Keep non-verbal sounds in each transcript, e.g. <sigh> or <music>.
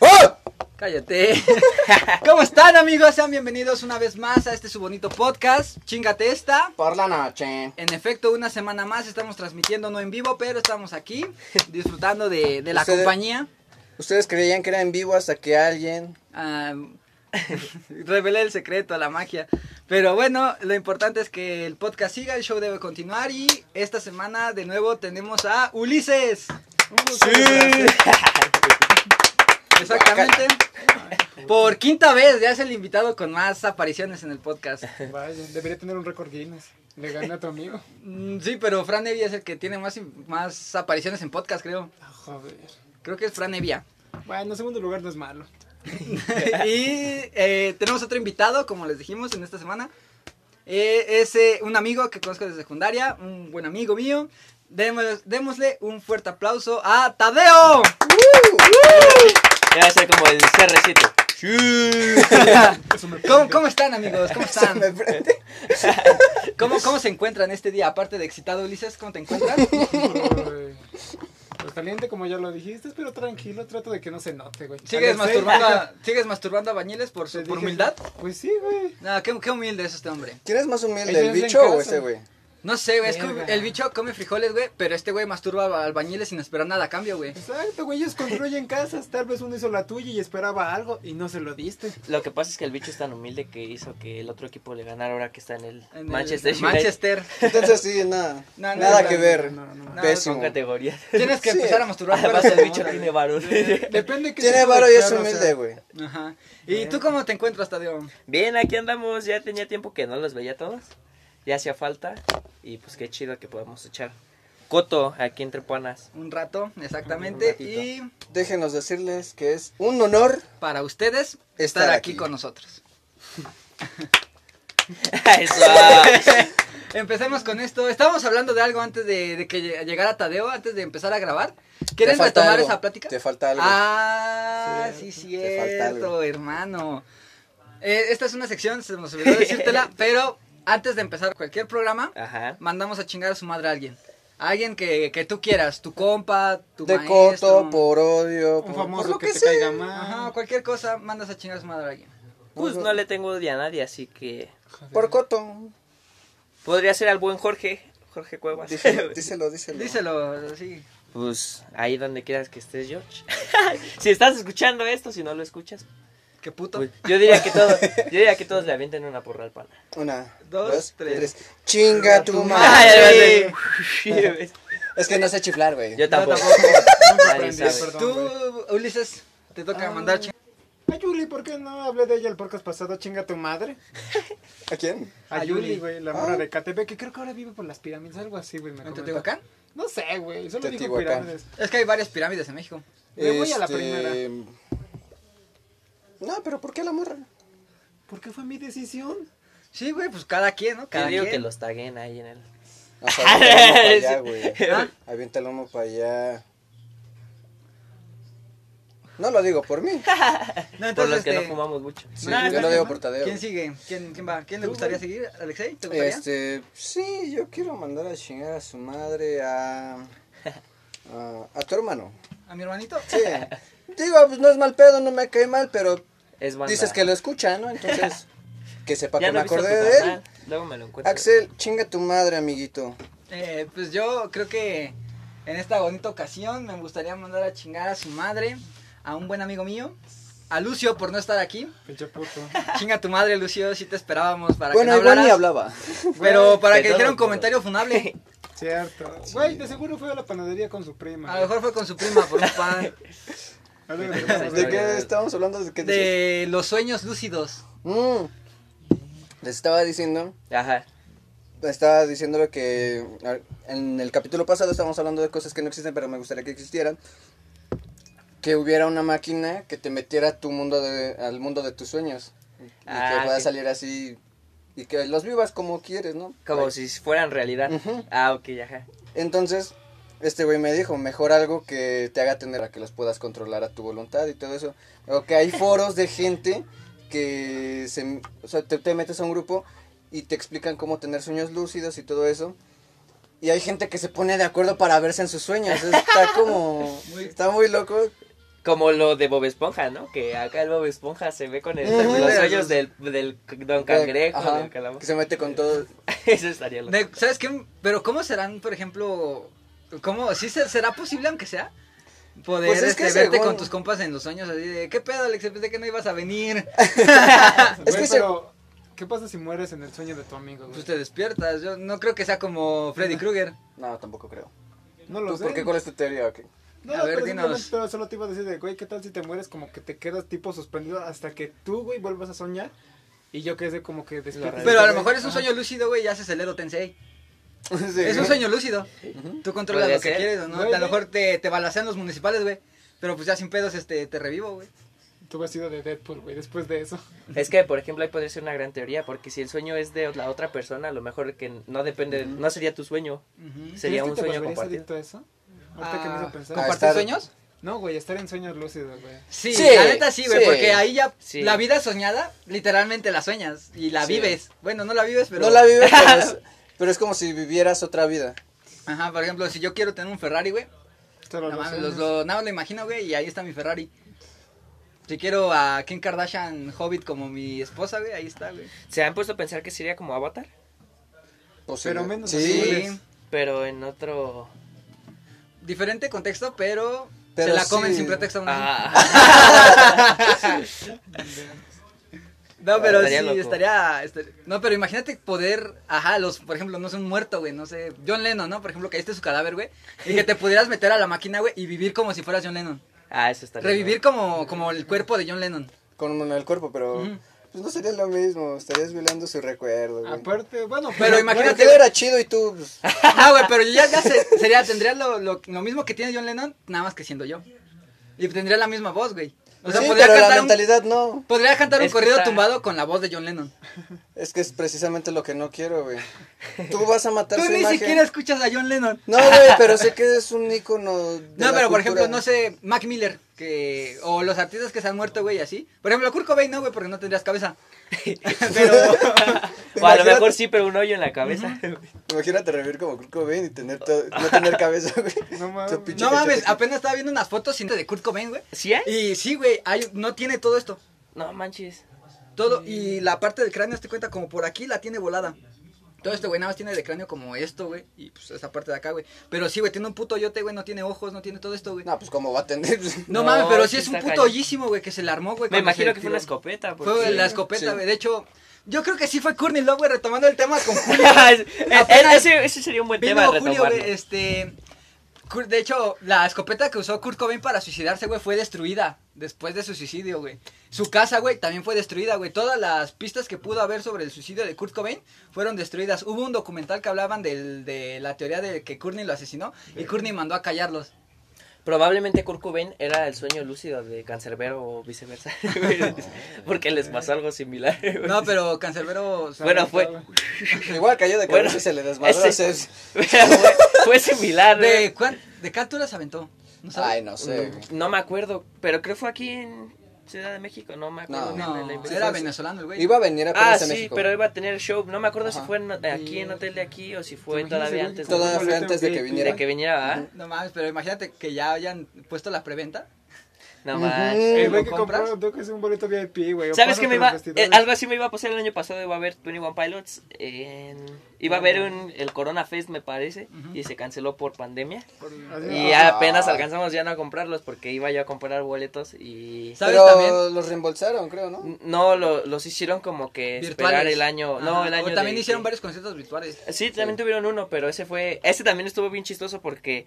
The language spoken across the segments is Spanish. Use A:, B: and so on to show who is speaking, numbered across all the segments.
A: ¡Ah!
B: Cállate. <laughs> ¿Cómo están amigos? Sean bienvenidos una vez más a este su bonito podcast. Chingate esta.
C: Por la noche.
B: En efecto, una semana más estamos transmitiendo no en vivo, pero estamos aquí disfrutando de, de la
C: Ustedes-
B: compañía.
C: Ustedes creían que era en vivo hasta que alguien.
B: Ah, <laughs> revelé el secreto, la magia. Pero bueno, lo importante es que el podcast siga, el show debe continuar y esta semana de nuevo tenemos a Ulises. Exactamente. Por quinta vez, ya es el invitado con más apariciones en el podcast.
A: Vaya, debería tener un récord Guinness. Le gané a tu amigo.
B: Mm, Sí, pero Fran Evia es el que tiene más, más apariciones en podcast, creo.
A: <laughs> Ah, joder.
B: Creo que es Fran Evia.
A: Bueno, segundo lugar no es malo.
B: <laughs> y eh, tenemos otro invitado, como les dijimos en esta semana. Eh, es eh, un amigo que conozco desde secundaria, un buen amigo mío. Demos- démosle un fuerte aplauso a Tadeo. <laughs>
D: Ya va a ser como el CR7.
A: Eso me
B: ¿Cómo,
A: prende.
B: cómo están, amigos? ¿Cómo están?
C: Me prende.
B: ¿Cómo, ¿Cómo se encuentran este día? Aparte de excitado, Ulises, ¿cómo te
C: <laughs>
B: encuentras?
A: Ay. Pues caliente, como ya lo dijiste, pero tranquilo. Trato de que no se note, güey.
B: ¿Sigues
A: A las seis,
B: masturbando
A: ya
B: a, ¿sigues masturbando a Bañiles por,
A: <laughs> te
B: su, por
A: dije-
B: humildad?
A: Pues sí, güey.
B: No, qué, qué humilde es este hombre.
C: <laughs> ¿Quién es más humilde,
A: Ellos
C: el
A: en
C: bicho o
A: casa.
C: ese güey?
B: No sé, güey, es que
A: Verga.
B: el bicho come frijoles, güey, pero este güey masturba a albañiles sin esperar nada a cambio, güey.
A: Exacto, güey. Ellos construyen casas. Tal vez uno hizo la tuya y esperaba algo y no se lo diste.
D: Lo que pasa es que el bicho es tan humilde que hizo que el otro equipo le ganara ahora que está en el
B: En el-
D: Manchester United.
B: Manchester.
C: Entonces sí,
A: <laughs>
C: nada.
B: No, no,
C: nada
B: no,
C: que
B: no,
C: ver.
A: no, no,
B: no.
C: Pésimo.
D: Con categoría. <laughs>
B: Tienes que
C: Sí.
B: empezar a masturbar.
D: Además
B: fuera de
D: el
B: la
D: bicho
B: moda,
D: tiene varón.
A: Depende que
C: Tiene varo y es humilde, güey.
B: güey. Ajá. ¿Y tú cómo te encuentras, Tadeo?
D: <laughs> Bien, aquí andamos. Ya tenía tiempo que no los veía todos. Ya hacía falta. Y pues qué chido que podamos echar coto aquí entre panas. <laughs>
B: Un rato, exactamente.
C: ratito.
B: y
C: Déjenos decirles que es un honor.
B: para ustedes, estar,
C: Estar
B: aquí.
C: aquí.
B: con nosotros.
D: Eso. ah.
B: Empecemos con esto. Estábamos hablando de algo antes de, de que lleg- llegara Tadeo, antes de empezar a grabar. ¿Quieres
C: Te falta
B: retomar
C: algo,
B: esa plática?
C: Te falta algo.
B: Ah, sí,
C: Te falta
B: cierto,
C: algo.
B: hermano. Eh, esta es una sección, se nos olvidó
C: <laughs>
B: decírtela, pero antes de empezar cualquier programa,
C: Ah.
D: Ajá.
B: mandamos a chingar a su madre a alguien. A alguien que, que tú quieras, tu compa, tu
C: de
B: maestro.
C: coto, por odio,
A: Un
C: por,
A: famoso
C: por lo
A: que,
C: que,
A: te
C: sea.
A: caiga mal.
B: Ajá, cualquier cosa, mandas a chingar a su madre a alguien.
D: Pues no le tengo odio a nadie, así que.
A: Joder.
C: Por <laughs> coto.
D: Podría ser al buen Jorge. Jorge Cuevas.
C: Díselo, díselo, díselo.
B: Díselo, sí.
D: <laughs> Pues ahí donde quieras que estés, George. <laughs> si estás escuchando esto, si no lo escuchas,
B: Qué puto.
D: pues, yo diría que todos, yo diría que todos le avienten una porra al pana.
C: Una,
B: Dos,
C: dos,
B: tres.
C: tres. Chinga tu
B: madre.
C: madre.
D: Ay, <laughs> ya ves.
C: Es que no sé chiflar, güey.
D: yo tampoco. Nadie
A: aprendí,
D: sabe.
A: perdón.
B: Tú, Ulises, te toca
A: Ah.
B: mandar chingar
A: Ay, Yuli, ¿por qué no hablé de ella el podcast pasado? Chinga tu madre.
C: ¿A quién?
A: A,
B: A
A: Yuli,
B: Yuli.
A: güey, la
C: Ah.
A: mora de Catepec, que creo que ahora vive por las pirámides, algo así, güey. me
B: en
A: comentó.
B: Teotihuacán.
A: No sé, güey, solo digo
C: Teotihuacán.
A: pirámides.
B: Es que hay varias pirámides en México.
A: Le voy a la primera.
C: Este, No, pero ¿por qué la
D: <laughs>
C: morra?
A: ¿Por qué fue mi decisión?
B: Sí, güey, pues cada quien, ¿no? Cada
D: Yo digo
B: quien.
D: que los taguen ahí en el. Ah,
C: O sea, avienta el humo para allá, güey.
B: ¿Ah?
C: Avienta el humo para allá. No lo digo por mí.
B: No,
D: Por los que no
B: este,
D: fumamos mucho.
C: Sí,
B: No,
C: yo
B: no,
C: lo digo
B: no.
C: por Tadeo.
B: ¿Quién sigue? ¿Quién, quién va? ¿Quién le
A: Tú,
B: gustaría
A: güey.
B: seguir? ¿Alexei? ¿Te gustaría?
C: Este, sí, yo quiero mandar a chingar a su madre a. A, a tu hermano.
B: ¿A mi hermanito? <laughs>
C: Sí. Digo, pues no es mal pedo, no me cae mal, pero
D: Es banda.
C: dices que lo escucha, ¿no? Entonces, que sepa
D: Ya
C: que me
D: no he visto
C: acordé
D: tu pues,
C: de él.
D: canal, Luego me lo encuentro.
C: Axel, chinga tu madre, amiguito.
B: Eh, pues yo creo que en esta bonita ocasión me gustaría mandar a chingar a su madre, a un buen amigo mío, a Lucio por no estar aquí.
A: Pinche puto.
B: Chinga tu madre, Lucio, si te esperábamos para
C: Bueno,
B: que no
C: igual ni
B: hablaras.
C: hablaba.
B: Pero para
D: De
B: que
D: todo,
B: dijera un
D: todo.
B: comentario funable.
A: Cierto. Güey, de seguro fue a la panadería con su prima.
B: A lo mejor fue con su
C: <laughs>
B: prima por un pan.
A: A ver, déjame
C: ¿De
A: ver.
C: qué estábamos hablando? ¿De qué dices?
B: De los sueños lúcidos.
C: Mm. Les estaba diciendo,
D: Ajá.
C: les estaba diciendo lo que a- en el capítulo pasado estábamos hablando de cosas que no existen, pero me gustaría que existieran. Que hubiera una máquina que te metiera a tu mundo de, al mundo de tus sueños. Y
D: Ah,
C: que puedas
D: sí.
C: salir así y que los vivas como quieres, ¿no?
D: Como si fueran realidad.
C: Pues. Ujú.
D: Ah, ok, ajá.
C: Entonces, este güey me dijo, mejor algo que te haga tener a que los puedas controlar a tu voluntad y todo eso. O que hay foros de gente que se, o sea, te, te metes a un grupo y te explican cómo tener sueños lúcidos y todo eso. Y hay gente que se pone de acuerdo para verse en sus sueños. Está como...
B: Muy-
C: Está muy loco.
D: Como lo de Bob Esponja, ¿no? Que acá el Bob Esponja se ve con el-
C: Ujú.
D: los hoyos del, del Don Cangrejo,
C: Ajá,
D: del
C: Que
D: calabozo.
C: se mete con todo.
D: <laughs> Eso estaría loco.
B: De- ¿Sabes qué? Pero ¿cómo serán, por ejemplo, cómo, sí se- será posible aunque sea? Poder
C: Pues es que
B: este, verte
C: según-
B: con tus compas en los sueños así de, ¿qué pedo, Alex? Pensé que no ibas a
A: <laughs>
B: venir.
C: Es
A: Güey,
C: que se-
A: pero, ¿qué pasa si mueres en el sueño de tu amigo, güey?
B: Pues te despiertas, yo no creo que sea como Freddy Krueger.
C: No, tampoco creo.
A: No lo
C: ¿Tú
A: sé.
C: por qué? <laughs> ¿Cuál es tu teoría? Ok.
A: No,
B: A ver,
A: pero,
B: dinos.
A: simplemente- pero solo te iba a decir de, güey, ¿qué tal si te mueres como que te quedas tipo suspendido hasta que tú, güey, vuelvas a soñar? Y yo quedé como que despiertas.
B: Pero a lo
A: Güey,
B: mejor es un
A: ajá.
B: sueño lúcido, güey, ya haces el Edo Tensei.
C: Sí.
B: Es un sueño lúcido.
C: Ujú.
B: Tú controlas
D: Podría
B: lo que
D: ser.
B: quieres, ¿o ¿no?
A: Güey,
B: a lo
A: güey.
B: mejor te, te balacean los municipales, güey. Pero pues ya sin pedos este, te revivo, güey.
A: Tú has sido de Deadpool, güey, después de eso.
D: <laughs> Es que, por ejemplo, ahí podría ser una gran teoría, porque si el sueño es de la otra persona, a lo mejor que no depende, no sería tu sueño.
B: Ujú.
A: ¿Crees
D: Sería un
A: que te
D: sueño
A: volverías
D: compartido.
A: adicto a eso? Ahorita que me
B: Ah,
A: hizo pensar.
C: Ah,
B: ¿Compartir
C: estar-
B: sueños?
A: No, güey, estar en sueños lúcidos, güey.
B: Sí,
C: Sí,
B: la neta sí, güey,
C: sí.
B: porque ahí ya
D: Sí.
B: la vida soñada, literalmente la sueñas y la
D: Sí.
B: vives. Bueno, no la vives, pero...
C: No la vives, pero es, pero es como si vivieras otra vida.
B: Ajá, por ejemplo, si yo quiero tener un Ferrari, güey,
A: Solo
B: nada
A: los
B: más los-
A: sueños.
B: lo- nada más lo imagino, güey, y ahí está mi Ferrari. Si quiero a Kim Kardashian Hobbit como mi esposa, güey, ahí está, güey.
D: ¿Se han puesto a pensar que sería como Avatar?
C: Posible.
A: Pero menos
C: Sí.
A: posible.
B: Sí,
D: Pero en otro...
B: diferente contexto, pero,
C: Pero
B: se la comen
C: sí.
B: sin pretexto. ¿no? <laughs>
D: Ah,
B: No, pero
D: Estaría
B: sí,
D: loco.
B: estaría, estar- No, pero imagínate poder. Ajá, los, por ejemplo, no sé, un muerto, güey, no sé. John Lennon, ¿no? Por ejemplo, que este es su cadáver, güey. Y que te pudieras meter a la máquina, güey, y vivir como si fueras John Lennon.
D: ah, eso estaría
B: Revivir como, como el cuerpo de John Lennon.
C: Con el cuerpo, pero
B: Ujú. Ah,
C: pues no sería lo mismo. Estarías violando su recuerdo. güey.
B: pues,
A: Aparte, bueno, pues,
B: Pero
C: Porque
B: imagínate-
C: él era chido y tú. pues,
B: No, güey, pero yo ya, ya se- sería, tendría lo, lo, lo mismo que tiene John Lennon, nada más que siendo yo. Y tendría la misma voz, güey. O sea,
C: pues, sí,
B: podría,
C: pero la
B: cantar un,
C: mentalidad no.
B: podría cantar un
D: Es que
B: corrido
D: está-
B: tumbado con la voz de John Lennon.
C: Es que es precisamente lo que no quiero, güey. Tú vas a matar
B: <laughs> Tú
C: su
B: ni
C: imagen.
B: siquiera escuchas a John Lennon.
C: No, güey, pero sé que es un
B: <laughs>
C: ícono. de
B: No,
C: la
B: pero
C: cultura.
B: por ejemplo, no sé, Mac Miller, que o los artistas que se han muerto, güey, así. Por ejemplo, Kurt Cobain no, güey, porque no tendrías cabeza. pero
D: bueno. O a lo
C: Imagínate-
D: mejor sí, pero un hoyo en la cabeza.
C: <laughs> Imagínate revivir como Kurt Cobain y tener todo- no tener cabeza, güey.
A: No mames.
C: Esa pinche
B: <laughs> no mames,
C: cacheta aquí.
B: apenas estaba viendo unas fotos sin- de Kurt Cobain, güey.
D: ¿Sí hay?
B: Y sí, güey, hay- no tiene todo esto.
D: No manches.
B: Todo y la parte del cráneo te cuenta como por aquí la tiene volada. Todo este güey nada más tiene de cráneo como esto, güey, y pues esta parte de acá, güey. Pero sí, güey, tiene un puto hoyote, güey, no tiene ojos, no tiene todo esto, güey. No,
C: No, pues cómo va a tener.
D: no,
B: mames, pero sí
D: sí
B: es un
D: está
B: puto
D: cañón.
B: hoyísimo, güey, que se le armó, güey.
D: Me
B: cuando se
D: imagino que fue
B: tiró.
D: una escopeta. porque-
B: Fue la
D: <laughs>
C: sí.
B: escopeta, güey. De hecho, yo creo que sí fue Courtney Love, güey, retomando el tema con Julio.
D: Eh, eh,
B: Apenas
D: ese, ese sería un buen tema
B: Vino
D: de
B: Julio,
D: retomarlo.
B: güey, este... Kurt- De hecho, la escopeta que usó Kurt Cobain para suicidarse, güey, fue destruida después de su suicidio, güey. Su casa, güey, también fue destruida, güey. Todas las pistas que pudo haber sobre el suicidio de Kurt Cobain fueron destruidas. Hubo un documental que hablaban del- de la teoría de que Courtney lo asesinó y Courtney mandó a callarlos.
D: Probablemente Kurt Cobain era el sueño lúcido de Cancerbero o viceversa. <laughs> güey, Porque les pasó algo similar. güey.
B: No, pero Cancerbero...
D: Bueno, fue.
C: <laughs> Igual cayó de cabeza
D: Bueno,
C: y se le desmadró.
D: ese-
C: o sea,
D: fue, fue similar.
B: ¿De,
D: güey.
B: cuán- ¿De qué altura se aventó? ¿No sabes?
C: Ay, no sé. güey.
D: No me acuerdo, pero creo fue aquí en Ciudad de México. No me acuerdo. bien de la
B: No,
D: inversión.
B: era venezolano el güey.
C: Iba a venir a
D: Ah,
C: Plaza
D: sí,
C: México.
D: pero iba a tener show. No me acuerdo si
C: Ajá.
D: fue en- eh, aquí en hotel de aquí o si fue todavía antes.
C: Todavía
D: de-
C: fue antes de que viniera.
D: de que viniera, ¿ah?
B: No mames, pero imagínate que ya hayan puesto la preventa.
D: No
C: Ujú.
D: manches.
A: Eh,
B: ¿Lo
A: güey, que
B: compras?
A: comprar, tengo que hacer un boleto VIP, güey. o
D: ¿Sabes
A: pásate
D: qué me
A: los
D: iba?
A: vestidores.
D: eh, algo así me iba a pasar el año pasado. Iba a haber 21 Pilots. en- iba a haber un, el Corona Fest, me parece. Y se canceló por pandemia.
A: Así,
D: Y
C: Ah.
D: apenas alcanzamos ya no a comprarlos porque iba yo a comprar boletos y...
B: ¿Sabes
C: Pero
B: también?
C: los reembolsaron, creo, ¿no?
D: No, lo- los hicieron como que esperar
B: Virtuales.
D: el año... No,
B: Ajá,
D: el año
B: O también
D: de-
B: hicieron varios conciertos virtuales.
D: Sí, también tuvieron uno, pero ese fue... Ese también estuvo bien chistoso porque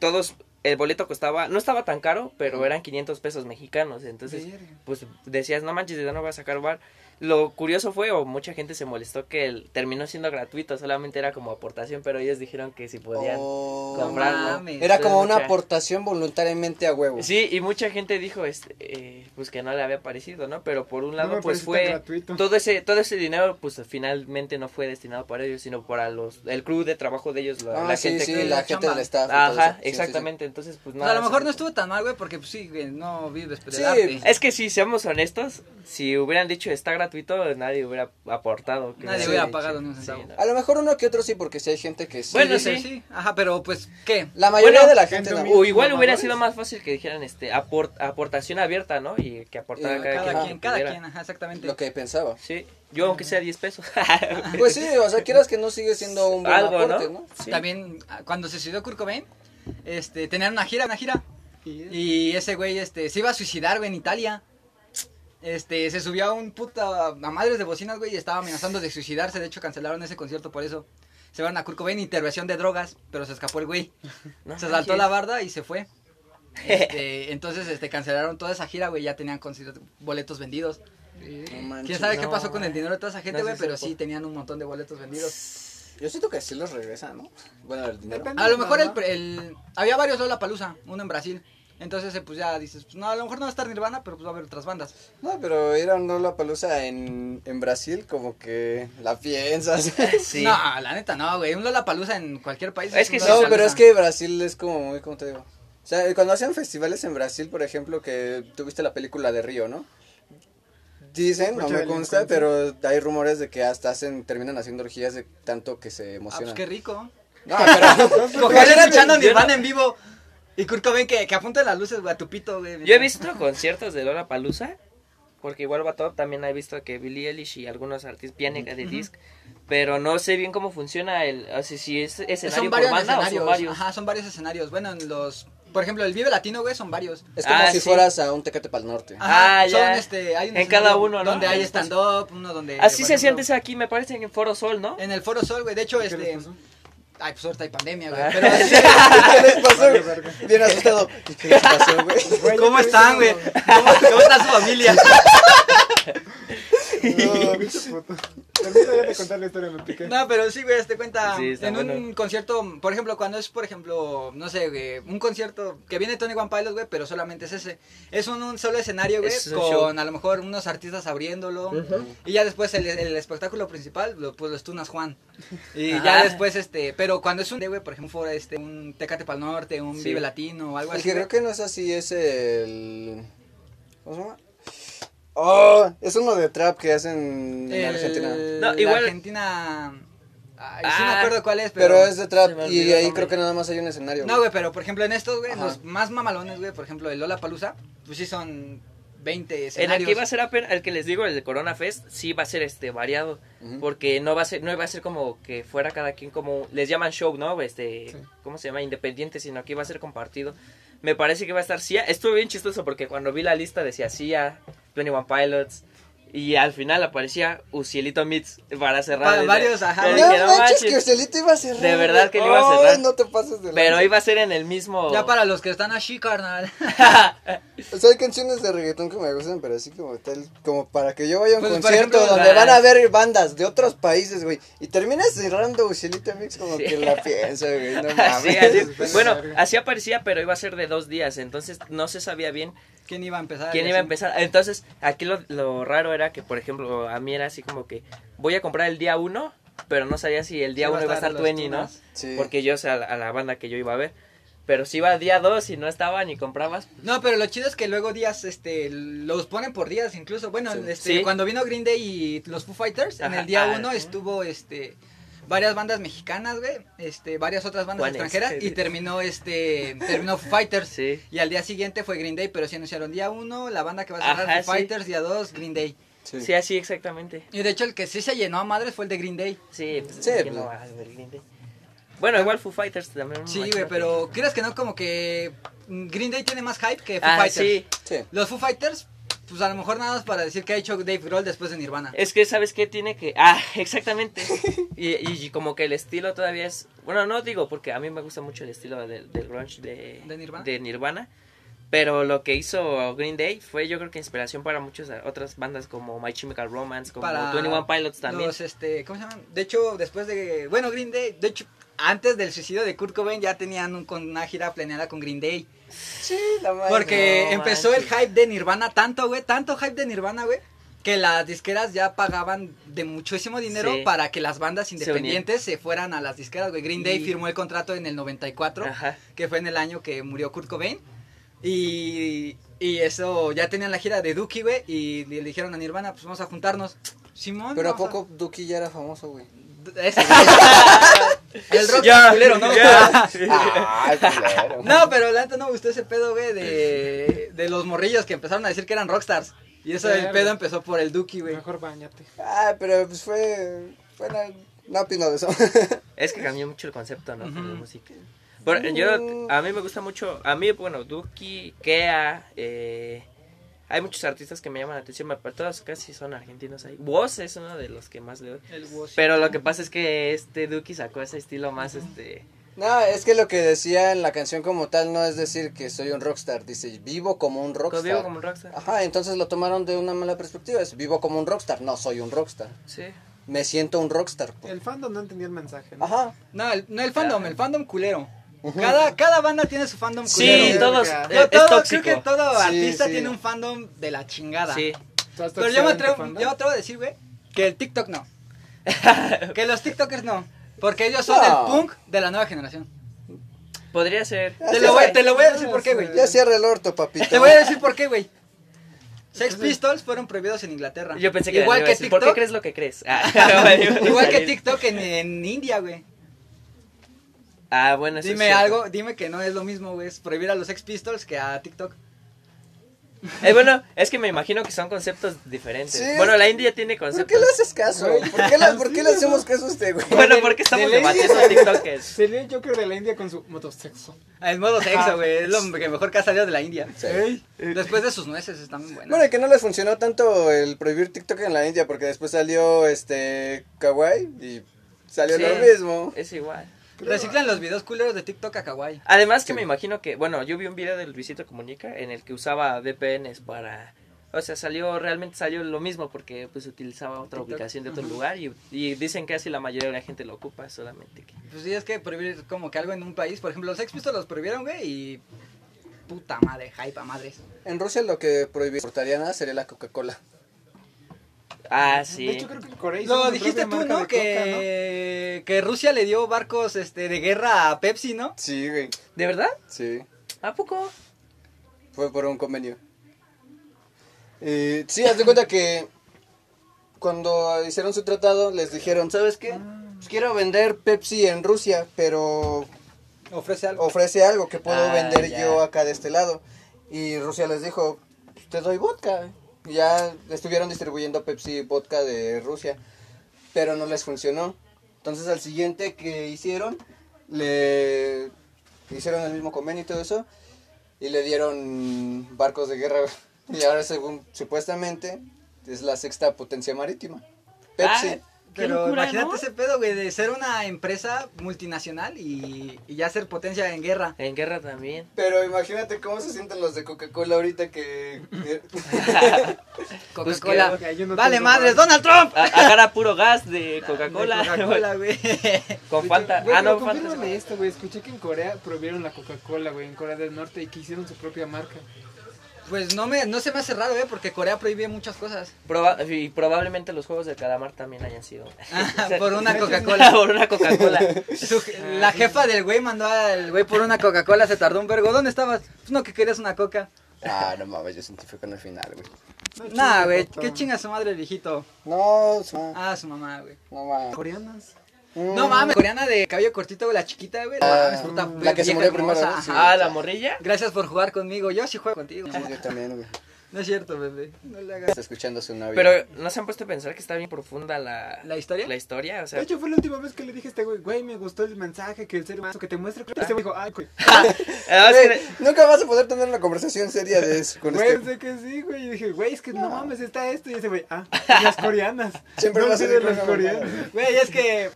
D: todos... El boleto costaba... No estaba tan caro, pero eran 500 pesos mexicanos. Entonces,
B: Verga.
D: pues decías, no manches, ya no voy a sacar bar. Lo curioso fue, o mucha gente se molestó, que el- terminó siendo gratuito. Solamente era como aportación, pero ellos dijeron que si podían...
C: Oh,
D: comprarlo.
B: No mames.
C: Era como una
D: Entonces, mucha-
C: aportación voluntariamente a huevo.
D: Sí, y mucha gente dijo este, eh, pues que no le había parecido, ¿no? Pero por un
A: No
D: lado,
A: me
D: pues
A: parece tan
D: fue
A: gratuito.
D: todo ese todo ese dinero, pues finalmente no fue destinado para ellos, sino para los el club de trabajo de ellos, la,
C: Ah,
D: la
C: sí,
D: gente
C: sí,
D: que
C: la
B: la
C: gente
B: chamba.
C: del staff. y todo eso.
D: Ajá,
C: Sí, sí, sí.
D: exactamente. Entonces, pues
B: O
D: no.
B: sea, a lo mejor no estuvo tan mal, güey, porque pues, sí, güey, no vives pero
C: Sí.
B: el arte.
D: Es que si seamos honestos, si hubieran dicho está gratuito, nadie hubiera aportado. creo.
B: Nadie
D: Sí,
B: hubiera
D: de
B: pagado
D: hecho.
B: ni un centavo.
D: Sí, no.
C: A lo mejor uno que otro sí, porque si hay gente que sí.
D: Bueno,
B: sí.
D: sí.
B: Ajá, pero pues, ¿qué?
C: La mayoría
D: Bueno,
C: de la gente
A: gente
C: no.
A: humilde.
D: O igual hubiera
A: Mamadores.
D: sido más fácil que dijeran este apor- aportación abierta, ¿no? Y que aportara
C: Eh,
D: cada,
B: Cada
D: quien. lo
B: quien,
D: que
B: cada
D: pudiera.
B: quien, ajá, exactamente.
C: Lo que pensaba.
D: Sí, yo aunque sea 10 pesos. <laughs>
C: Pues sí, o sea, quieras que no sigue siendo un buen
D: Ah. Algo,
C: aporte,
D: ¿no?
C: ¿no?
D: Sí.
B: También, ah, cuando se suicidó Kurt Cobain, este, tenían una gira, una gira.
A: Y-
B: Y ese güey, este, se iba a suicidar, güey, en Italia. Este, se subió a un puta, a madres de bocinas, güey, y estaba amenazando de suicidarse. De hecho, cancelaron ese concierto por eso. Se van a Kurt Cobain, intervención de drogas, pero se escapó el güey.
D: No
B: se saltó
D: manches.
B: la barda y se fue.
D: <laughs>
B: Este, entonces, este, cancelaron toda esa gira, güey, ya tenían conciertos- boletos vendidos.
C: No
A: y-
C: manches.
B: ¿Quién sabe qué
D: no,
B: pasó con el
D: man.
B: dinero de toda esa gente,
D: No
B: güey?
D: se
B: pero
D: supo.
B: sí, tenían un montón de boletos vendidos.
C: Yo siento que sí los regresa, ¿no? Bueno, el dinero.
A: Depende
B: A lo
A: de
B: mejor el,
A: cada-
B: el- había varios la Palusa, uno en Brasil. Entonces, eh, pues ya dices, pues, no, a lo mejor no va a estar Nirvana, pero pues va a haber otras bandas.
C: No, pero ir a la palusa en, en Brasil, como que la
D: <laughs>
C: piensas. <laughs>
D: Sí.
B: No, la neta no, güey. Un Lollapalooza en cualquier país.
D: Es que
B: un Ah,
D: sí,
C: No,
B: Lollapalooza.
C: pero es que Brasil es como muy, ¿cómo te digo? O sea, cuando hacen festivales en Brasil, por ejemplo, que tuviste la película de Río, ¿no? Dicen, no
A: Mucha
C: me consta,
A: delincuencia.
C: pero hay rumores de que hasta hacen, terminan haciendo orgías de tanto que se
B: Ah, pues
C: emocionan.
B: qué
D: <laughs>
B: rico.
C: No, pero... <laughs>
B: Coger escuchando
D: yo no-
B: Nirvana en vivo. Y Kurt Cobain que, que apunta las luces, güey, a tu pito, güey.
D: Yo he visto conciertos de Lola Palusa, porque igual Batop también he visto que Billie Eilish y algunos artistas vienen de
B: Ujú.
D: disc, pero no sé bien cómo funciona el, o sea, si es escenario
B: Son
D: por
B: varios
D: banda o
B: escenarios.
D: son varios.
B: Ajá, son varios escenarios. Bueno, en los... Por ejemplo, el Vive Latino, güey, son varios.
C: es como
D: Ah,
C: si
D: sí.
C: fueras a un Tecate Pal Norte.
B: Ajá,
D: Ah, ya.
B: Son, este, hay un
D: En
B: escenario
D: cada uno, ¿no?
B: Donde hay stand-up, uno donde...
D: Así
B: por
D: se siente
B: ejemplo,
D: eso aquí, me parece en Foro Sol, ¿no?
B: En el Foro Sol, güey. De hecho,
A: ¿Qué les
B: este...
A: pasó?
B: Ay, pues ahorita hay pandemia,
D: Ah.
B: güey. Pero...
C: ¿Qué les pasó?
A: Vale, verga.
C: Bien asustado. ¿Y ¿Qué les pasó, güey?
A: <laughs> Güey,
B: ¿Cómo
A: yo creo
B: están,
A: que
B: güey? ¿Cómo, ¿Cómo está su familia?
A: <laughs> No, pinche puto. Termina ya de contar la historia, me piqué.
B: No, pero sí, güey, te cuenta.
D: Sí, está
B: en un
D: bueno.
B: concierto, por ejemplo, cuando es, por ejemplo, no sé, güey, un concierto que viene Tony One Pilot, güey, pero solamente es ese. Es un, un solo escenario, güey,
D: Es un
B: con
D: show.
B: a lo mejor unos artistas abriéndolo. Y ya después el, el espectáculo principal, lo- pues los tunas Juan.
D: <laughs>
B: Y ya
D: Ah.
B: después, este, pero cuando es un, güey, por ejemplo, fuera, este, un Tecate Pal Norte, un
D: Sí.
B: Vive Latino o algo
C: El
B: así.
C: que
B: güey.
C: creo que no es así es el... ¿Cómo se llama? Oh, es uno de trap que hacen en
B: El-
C: Argentina.
D: No,
B: eh, la
D: igual-
B: Argentina. Ay, sí, me
D: Ah.
B: acuerdo cuál es,
C: Pero es de
D: se
C: trap
D: me olvidó
C: y
D: el
C: ahí
D: nombre.
C: creo que nada más hay un escenario.
B: No, güey, pero por ejemplo en estos, güey,
C: Este, Ajá.
B: los más mamalones, güey, por ejemplo el Lola Palusa, pues sí son 20
D: El
B: escenarios.
D: que va a ser apenas, el que les digo, el de Corona Fest, sí va a ser este variado,
C: Ujú.
D: porque no va a ser, no va a ser como que fuera cada quien como, les llaman show, ¿no? Este,
A: Sí.
D: ¿cómo se llama? Independiente, sino que va a ser compartido. Me parece que va a estar Sia, estuvo bien chistoso porque cuando vi la lista decía Sia, 21 Pilots, y al final aparecía Ucielito Mits para cerrar.
B: Para
D: el-
B: varios, ajá.
D: Yo
C: No
B: güey.
D: dije, "No
C: manches,
D: manches".
C: que Ucelito iba a cerrar.
D: De verdad que
C: le
D: le iba a cerrar.
C: no te pases de
D: Pero
C: lanza.
D: iba a ser en el mismo.
B: Ya para los que están así, carnal. <laughs>
C: O sea, hay canciones de reggaetón que me gustan, pero así como tal, como para que yo vaya a un
B: Pues, por
C: concierto
B: ejemplo,
C: donde
D: la-
C: van a ver bandas de otros países, güey. Y terminas cerrando Ucelito Mix como
D: Sí.
C: que la piensa, güey.
D: <laughs>
C: No
D: <laughs> Así,
C: mames. <laughs>
D: así.
A: Vete a la
D: Bueno,
A: verga.
D: así aparecía, pero iba a ser de dos días, entonces no se sabía bien
B: ¿Quién iba a empezar?
D: ¿Quién
B: Y
D: iba a
B: así.
D: empezar? Entonces, aquí lo, lo raro era que, por ejemplo, a mí era así como que voy a comprar el día uno, pero no sabía si el día
B: Sí,
D: uno iba a estar
B: los
D: Twenty, ¿no?
B: Tunas.
C: Sí.
D: Porque yo, o sea, a la, a la banda que yo iba a ver. Pero si iba día dos y no estaba ni comprabas,
B: No, pero lo chido es que luego días, este, los ponen por días incluso. Bueno,
C: Sí.
B: este,
D: Sí.
B: cuando vino Green Day y los Foo Fighters, en
D: Ajá,
B: el día
D: ah,
B: uno
D: sí.
B: estuvo, este, varias bandas mexicanas, güey, este, varias otras bandas
D: ¿Cuáles?
B: extranjeras y terminó, este, terminó Foo Fighters.
D: pues sí.
B: Y al día siguiente fue Green Day, pero sí anunciaron día uno, la banda que va a cerrar
D: Ajá,
B: Foo
D: sí.
B: Fighters, día dos, Green Day.
C: Sí.
D: Sí, así exactamente.
B: Y de hecho el que sí se llenó a madres fue el de Green Day.
D: Sí, pues,
C: Sí,
D: es que
C: pues.
D: no va a haber gente. Bueno, igual Foo Fighters también. me
B: Sí,
D: imagino
B: güey,
D: que-
B: pero crees que no, como que mm, Green Day tiene más hype que Foo
D: Ah,
B: Fighters.
D: sí.
C: Sí.
B: Los Foo Fighters, pues a lo mejor nada más para decir que ha hecho Dave Grohl después de Nirvana.
D: Es que, ¿sabes qué? Tiene que... Ah, <laughs> exactamente. Y, y como que el estilo todavía es... Bueno, no digo porque a mí me gusta mucho el estilo del, del grunge de,
B: ¿De Nirvana?
D: Nirvana, Pero lo que hizo Green Day fue yo creo que inspiración para muchas otras bandas como My Chemical Romance, como
B: para
D: 21 Pilots también.
B: Los, este, ¿cómo se llaman? De hecho, después de, bueno, Green Day, de hecho, antes del suicidio de Kurt Cobain ya tenían un- con una gira planeada con Green Day.
C: Sí, la madre.
B: Porque
D: no
B: empezó el
D: manches.
B: hype de Nirvana tanto, güey, tanto hype de Nirvana, güey, que las disqueras ya pagaban de muchísimo dinero
D: Sí.
B: para que las bandas
D: unieran.
B: independientes se, fueran a las disqueras, güey. Green Day
D: Y-
B: firmó el contrato en el 94,
D: Ajá.
B: que fue en el año que murió Kurt Cobain. Y Y eso, ya tenían la gira de Duki, güey, y le dijeron a Nirvana, pues vamos a juntarnos. Simón.
C: Pero a
B: vamos
C: poco Duki ya era famoso,
D: <laughs>
C: güey.
B: Ese, güey. <laughs> El rock
D: Ya,
B: culero, ¿no?
D: ya.
C: Ay, culero.
B: No, pero la neta no me gustó ese pedo, güey, de, de los morrillos que empezaron a decir que eran rockstars. Y eso el
A: Claro.
B: pedo empezó por el Duki, güey.
A: Mejor bañate.
C: Ah, pero pues fue. Bueno, no opino de eso.
D: Es que cambió mucho el concepto, ¿no? Con la
B: Ujú.
D: música. Pero yo,
B: Uh.
C: Mm.
D: a mí me gusta mucho, a mí, bueno, Duki, Kea, eh, hay muchos artistas que me llaman la atención, me- todos casi son argentinos ahí. Woz es uno de los que más le doy. Pero lo que pasa es que este Duki sacó ese estilo más, este...
C: No, es que lo que decía en la canción como tal no es decir que soy un rockstar, dice vivo como un rockstar.
D: Vivo como un rockstar.
C: Ajá, entonces lo tomaron de una mala perspectiva, es vivo como un rockstar, no soy un rockstar,
D: Sí.
C: me siento un rockstar. pues.
A: El fandom no entendía el mensaje, ¿no?
C: Ajá,
B: No, el, no, el fandom, el fandom culero.
C: Ujú.
B: Cada, cada banda tiene su fandom culero.
D: Sí,
A: Culero,
D: todos,
A: verga.
D: eh,
B: Yo
D: es
B: todo-
D: tóxico.
B: Creo que todo
C: Sí,
B: artista
C: sí.
B: tiene un fandom de la chingada.
D: Sí.
A: Tú has
B: Pero yo me,
A: toxeado en tu
B: atrevo,
A: fandom.
B: yo me atrevo a decir, güey, que el TikTok
D: <laughs>
B: no. que los TikTokers no. Porque ellos son
C: No.
B: el punk de la nueva generación.
D: Podría ser.
B: Te lo, voy, te lo voy a decir por qué, güey.
C: ya cierra el orto, papito.
B: Te voy a decir por qué, güey. Sex Pistols fueron prohibidos en Inglaterra.
D: Yo pensé que...
B: Igual
D: iba a
B: que
D: decir, ¿Por qué
B: TikTok.
D: crees lo que crees?
B: <laughs>
D: Ah, <laughs>
B: Igual que TikTok en, en India, güey.
D: Ah, bueno, eso es
B: Dime
D: cierto.
B: algo, dime que no es lo mismo, güey. Es prohibir a los Sex Pistols que a TikTok.
D: Eh, bueno, es que me imagino que son conceptos diferentes.
C: Sí.
D: Bueno, la India tiene
C: ¿Por
D: conceptos.
C: qué le haces caso?
A: Güey.
C: ¿Por qué, la- por qué le hacemos caso a usted, güey?
D: <laughs> Bueno, porque estamos
A: De ley.
D: debatiendo TikTokers.
A: Sería el Joker de la India con su motosexo.
B: El modo sexo, güey. Es lo que mejor que ha salido de la India.
C: Sí.
B: Después de sus nueces están muy buenas.
C: Bueno, y que no les funcionó tanto el prohibir TikTok en la India, porque después salió este Kawaii y salió
D: Sí.
C: lo mismo.
D: Es igual.
B: Reciclan los videos culeros de TikTok a Kawaii.
D: Además que
C: Sí.
D: me imagino que, bueno, yo vi un video del Luisito Comunica en el que usaba VPNs para... O sea, salió, realmente salió lo mismo porque pues utilizaba otra aplicación de otro lugar y, y dicen que casi la mayoría de la gente lo ocupa, solamente que...
B: Pues sí, es que prohibir como que algo en un país. Por ejemplo, los Sex Pistols los prohibieron, güey, y. Puta madre, hype a madres.
C: En Rusia lo que prohibiría nada sería la Coca-Cola.
D: Ah, sí.
A: De hecho, creo que Corea hizo
B: Lo
A: su
B: dijiste
A: propia
B: tú,
A: marca
B: ¿no?
A: de
B: Que, que Rusia le dio barcos este, de guerra a Pepsi, ¿no?
C: Sí, güey.
D: ¿De verdad?
C: Sí.
D: ¿A poco?
C: Fue por un convenio. Eh, sí, haz de cuenta que cuando hicieron su tratado les dijeron, ¿sabes qué? Pues quiero vender Pepsi en Rusia, pero
B: Ofrece algo.
C: ofrece algo que puedo
D: Ah,
C: vender
D: ya.
C: yo acá de este lado. Y Rusia les dijo, te doy vodka. Y ya estuvieron distribuyendo Pepsi vodka de Rusia, pero no les funcionó. Entonces al siguiente que hicieron, le hicieron el mismo convenio y todo eso, y le dieron barcos de guerra. <laughs> Y ahora según supuestamente es la sexta potencia marítima. Pepsi.
D: Ah, qué
B: Pero
D: locura,
B: imagínate
D: ¿no?
B: ese pedo, güey, de ser una empresa multinacional y, y ya ser potencia en guerra.
D: En guerra también.
C: Pero imagínate cómo se sienten los de Coca-Cola ahorita que...
D: <laughs>
C: <laughs>
D: Pues
B: Coca-Cola.
A: Coca-Cola. Yo no
B: vale,
A: tengo
B: madres,
A: barcos.
B: Donald Trump.
D: A, agarra puro gas de Coca-Cola.
B: De Coca-Cola, güey.
D: <laughs> Con Fanta.
A: Güey,
D: ah,
A: pero
D: no, Fanta.
A: confírmame esto, güey. Escuché que en Corea prohibieron la Coca-Cola, güey, en Corea del Norte y que hicieron su propia marca.
B: Pues no, me, no se me hace raro, güey, porque Corea prohíbe muchas cosas.
D: Proba- y probablemente los juegos del calamar también hayan sido.
B: Ah, por una Coca-Cola.
D: <laughs> por una Coca-Cola.
B: Su- la jefa del güey mandó al güey por una Coca-Cola, se tardó un vergo. ¿Dónde estabas? Pues no, que querías una Coca.
C: Ah, no mames, yo sentí fue con el final, güey.
B: Nah,
A: chingue,
B: güey,
A: Coca.
B: qué chinga su madre el viejito.
C: No, su-
B: Ah, su mamá, güey.
C: no
D: Ah,
C: mames.
A: Coreanas.
C: Mm.
B: No mames, coreana de cabello cortito, güey, la chiquita, güey. No
C: Ah,
B: mames, puta,
C: la
B: güey,
C: que se
B: vieja
C: murió primero,
B: hermosa,
C: ¿no? Sí.
B: ajá.
D: Ah, la morrilla.
B: Gracias por jugar conmigo. Yo sí juego contigo.
C: Sí, yo también, güey.
B: No es cierto, bebé. No le hagas.
C: Está escuchando a su novio.
D: Pero no se han puesto a pensar que está bien profunda la,
B: ¿La historia?
D: La historia, o
A: De
D: sea.
A: hecho, fue la última vez que le dije a este güey, güey, me gustó el mensaje que el ser humano que te muestra. Este güey dijo, ay, güey.
D: <laughs> Ah, es
C: Güey,
D: que-
C: nunca vas a poder tener una conversación seria de eso con
A: Güey,
C: este.
A: sé que sí, güey. Y dije, güey, es que no, mames, está esto. Y ese güey, ah, las coreanas.
C: Siempre
A: no
C: vas a
A: olvides
C: decir
A: las
C: una mamada,
A: coreanas.
B: Güey, es que,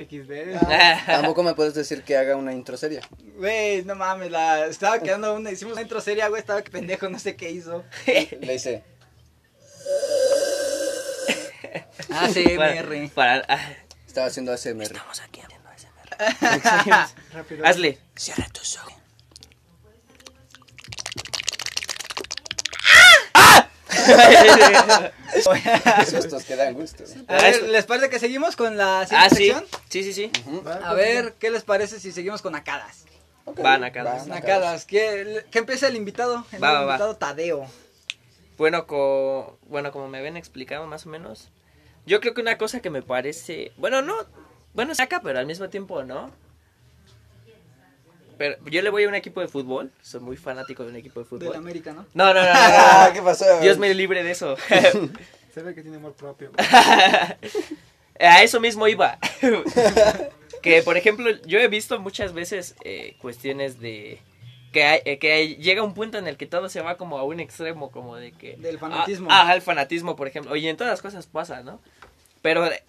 A: XD.
C: Tampoco me puedes decir que haga una intro seria.
B: güey, no mames, la estaba quedando una, hicimos una intro seria, güey, estaba que pendejo, no sé
C: <laughs>
B: qué hizo.
C: Le hice.
B: Ah,
D: para-
B: CMR.
D: para- ah,
C: Estaba haciendo ASMR.
D: estamos aquí haciendo ASMR.
A: Rápido.
D: Hazle.
C: Cierra tus <laughs> ojos. Estos que dan gusto.
B: A ver, ¿les parece que seguimos con la siguiente
D: ah, sí.
B: sección?
D: Sí, sí, sí.
A: Va,
B: A ver, ¿qué les parece si seguimos con Akadas?
C: Ok,
D: Va, Nacadas.
C: va,
B: Nacadas, que, que empiece el invitado. El
D: Va, va, va.
B: invitado Tadeo.
D: Bueno, co- bueno, como me habían explicado más o menos, yo creo que una cosa que me parece, bueno, no, bueno, saca, pero al mismo tiempo no. Pero yo le voy a un equipo de fútbol, soy muy fanático de un equipo de
B: Del
D: fútbol.
B: América, ¿no?
D: No, no, no, no, no,
C: Ah,
D: no.
C: ¿Qué pasó?
D: Dios me libre de eso.
A: Se ve que tiene amor propio.
D: A eso mismo iba. <laughs> que, por ejemplo, yo he visto muchas veces eh, cuestiones de... Que, hay- eh, que hay- llega un punto en el que todo se va como a un extremo, como de que...
B: Del fanatismo.
D: Ah, ajá, el fanatismo, por ejemplo. Oye, en todas las cosas pasa, ¿no? Pero eh,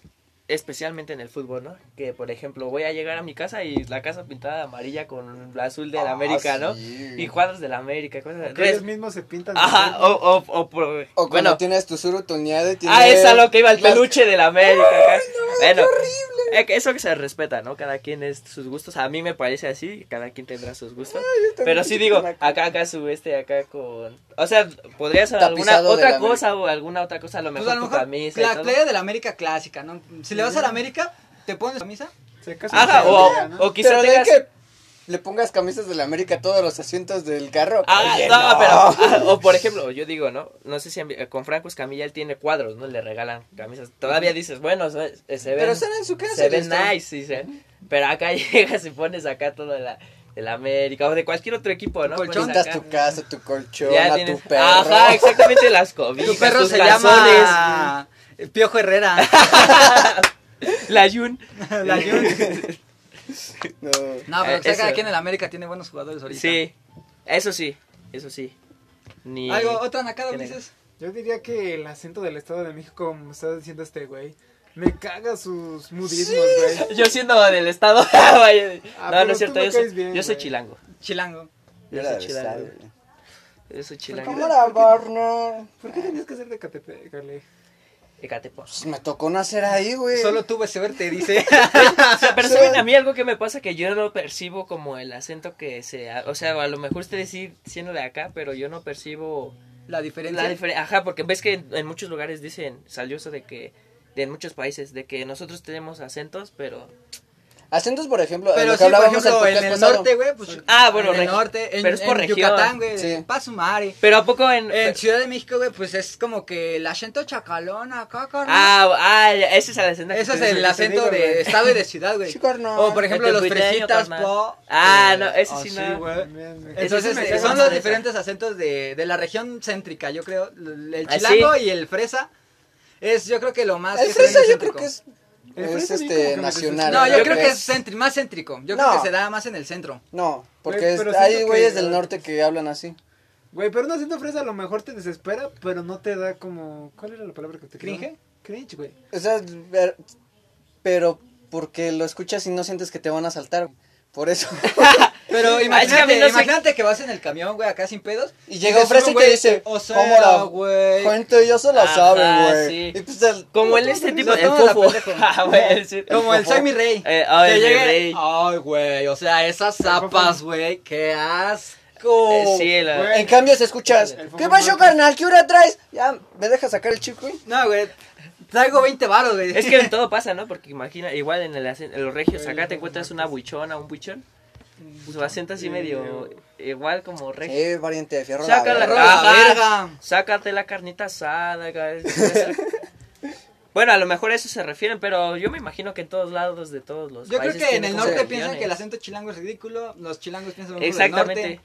D: especialmente en el fútbol, ¿no? Que, por ejemplo, voy a llegar a mi casa y la casa pintada de amarilla con azul del
C: Ah,
D: América, ¿no?
C: sí.
D: Y cuadros del América, cosas
A: Que
D: res-
A: ellos mismos se pintan. de
D: Ajá,
A: verde.
D: o... o, o por-
C: O cuando
D: bueno,
C: tienes tu suru tuneado y tienes...
D: Ah, es a lo que iba el
C: las-
D: peluche de la América. acá. bueno, eh, que eso que se respeta, ¿no? Cada quien es sus gustos. A mí me parece así, cada quien tendrá sus gustos.
C: también
D: Pero sí
C: soy
D: digo,
C: chamaco.
D: acá, acá su este, acá con. O sea, podría ser alguna
C: Tapizado de la
D: otra
C: América.
D: cosa o alguna otra cosa, a lo
B: Pues
D: mejor,
B: a lo
D: tu
B: mejor
D: camisa. y
B: la
D: todo.
B: playa del América clásica, ¿no? Si le vas a la América, te pones camisa.
A: Se casan
D: Ajá,
A: con
D: Ah, o,
A: ella, ¿no?
D: o
C: Pero
D: quizá
C: de
D: tengas.
C: que le pongas camisas del América a todos los asientos del carro.
D: Ah,
C: Oye,
D: no,
C: no.
D: pero. ah, o por ejemplo, yo digo, ¿no? No sé si han vi- eh, con Franco Escamilla él tiene cuadros, ¿no? Le regalan camisas. Todavía dices, bueno, se, eh, se ven.
C: Pero están en su casa.
D: se ve
C: listo.
D: nice, sí, se- pero acá <laughs> llegas y pones acá todo de la, de la América o de cualquier otro equipo, ¿no? Pones
B: colchón.
C: Pintas
D: acá.
C: tu casa, tu colchón,
D: Ya
C: a
D: tienes-
C: tu perro.
D: Ajá, exactamente las cobijas,
B: Tu perro
D: tus
B: se
D: calzones,
B: llama eh, Piojo
D: <laughs>
B: Herrera.
D: la Yun.
B: La Jun.
C: <laughs> No.
B: No, pero
D: Eh,
B: o sea, cada
D: eso.
B: quien en el América tiene buenos jugadores ahorita.
D: <laughs> Sí, eso sí, eso sí. Ni
B: Algo, otra nacada,
D: ¿Qué
B: dices.
A: Yo diría que el acento del Estado de México, como está diciendo este güey, me caga sus mudismos, güey.
D: yo siendo del estado. <laughs> vaya,
A: Ah,
D: no, no
A: pero
D: es cierto,
A: tú me
D: yo soy,
A: caes bien,
D: yo soy
A: güey.
D: chilango.
B: Chilango.
C: Yo
D: Yo
C: la
D: soy
C: besaba,
D: chilango.
C: güey.
D: Yo soy
A: ¿Cómo
D: chilango.
C: Hola, Barna.
A: ¿Por qué tenías que ser de Catepec, Ale?
D: Ecatepec.
C: Pues me tocó nacer ahí, güey.
B: Solo tuve suerte,
D: <laughs>
B: dice.
D: O
B: <laughs>
D: sea, pero
C: O sea-
D: saben a mí algo que me pasa que yo no percibo como el acento que se, ha- o sea, a lo mejor ustedes sí siendo de acá, pero yo no percibo
B: La diferencia.
D: la diferencia, ajá, porque ves que en, en muchos lugares dicen, salió eso de que de en muchos países de que nosotros tenemos acentos, pero
C: Acentos, por ejemplo, de lo
B: pero sí,
C: que
B: por
C: hablábamos
B: ejemplo, en
C: podcast
B: el
C: pasado.
B: norte, güey, pues...
D: Ah,
B: en
D: bueno,
B: el
D: regi-
B: norte, en,
D: pero es por
B: en
D: región.
B: Yucatán, güey,
C: Sí.
B: Pasumare.
D: pero a poco en,
B: En Ciudad de México, güey, pues es como que el acento chacalón acá, carnal.
D: ah, ah, ya, ese es el acento. que
B: Eso es
D: ustedes-
B: el
A: te
B: acento
A: digo,
B: de
A: güey.
B: estado y de ciudad, güey.
C: Sí, carnal.
B: O por ejemplo,
D: El
B: los
D: tepiteño,
B: fresitas,
D: carnal.
B: po.
D: Ah,
B: eh,
D: no, ese sí
B: así,
A: oh,
D: no.
B: güey.
A: Me- me-
B: Entonces,
D: Ese me
B: eh,
D: queda
B: son
D: más
B: los
D: fresa.
B: diferentes acentos de, de la región céntrica, yo creo. El el
D: Ah, sí.
B: chilango y el fresa es, yo creo que lo más...
C: El
B: que se
C: fresa
B: ve
C: yo creo
B: céntrico.
C: que es,
A: El
C: es
A: fresa a mí como
C: este,
A: que me
C: nacional.
A: decepciona.
B: No, yo,
C: ¿no
B: creo que es
C: crees?
B: centri- más céntrico. Yo
C: No.
B: creo que se da más en el centro.
C: No, porque
A: Güey,
C: es-
A: pero
C: hay
A: siento
C: güeyes
A: que-
C: del norte que hablan así.
A: Güey, pero un acento fresa a lo mejor te desespera, pero no te da como... ¿Cuál era la palabra que te quedó?
B: ¿Cringe?
A: Cringe, güey.
C: O sea, ver- pero porque lo escuchas y no sientes que te van a saltar. Por eso. <laughs> Ah,
B: Pero imagínate,
D: es que a mí no sé-
B: imagínate que vas en el camión, güey, acá sin pedos.
C: Y llega
B: se
C: un fresa
B: sube
C: y
B: un güey,
C: te dice,
B: o sea,
C: ¿cómo la
B: güey.
C: gente ya se la
D: Ajá,
C: sabe, güey?
D: sí.
C: Y pues el-
D: Como el este tipo
B: Lo
D: de
B: tomas a
D: fofo.
B: pendejo.
D: <laughs> Ah, güey, sí.
B: Como el soy mi rey.
D: Eh, ay,
B: Que
D: mi
B: llegue-
D: rey.
B: Ay, güey, o sea, esas zapas, güey, qué
D: Eh,
B: asco.
D: sí, la-
A: Güey.
C: En cambio se escuchas,
A: El
C: ¿qué
A: fofo
C: pasó,
A: muerto.
C: carnal? ¿Qué hora traes? Ya, ¿me dejas sacar el chip, güey?
B: No, güey, traigo 20 varos, güey.
D: Es que en todo pasa, ¿no? Porque imagina, igual en, el, acen- en los regios, acá te encuentras una buichona, un buichón. Su acento así medio. Igual como regio.
C: Sí, variante Eh, de fierro.
D: Saca la
B: Perro
C: verga.
B: de la
D: Ajá.
B: verga.
D: Sácate la carnita asada. acá, es- <laughs> bueno, a lo mejor a eso se refieren, pero yo me imagino que en todos lados de todos
B: <laughs>
D: los
B: Yo creo
D: países
B: que en el
D: tienen sus
B: norte
C: regiones.
B: piensan que el acento chilango es ridículo, los chilangos piensan que
D: Exactamente.
B: norte.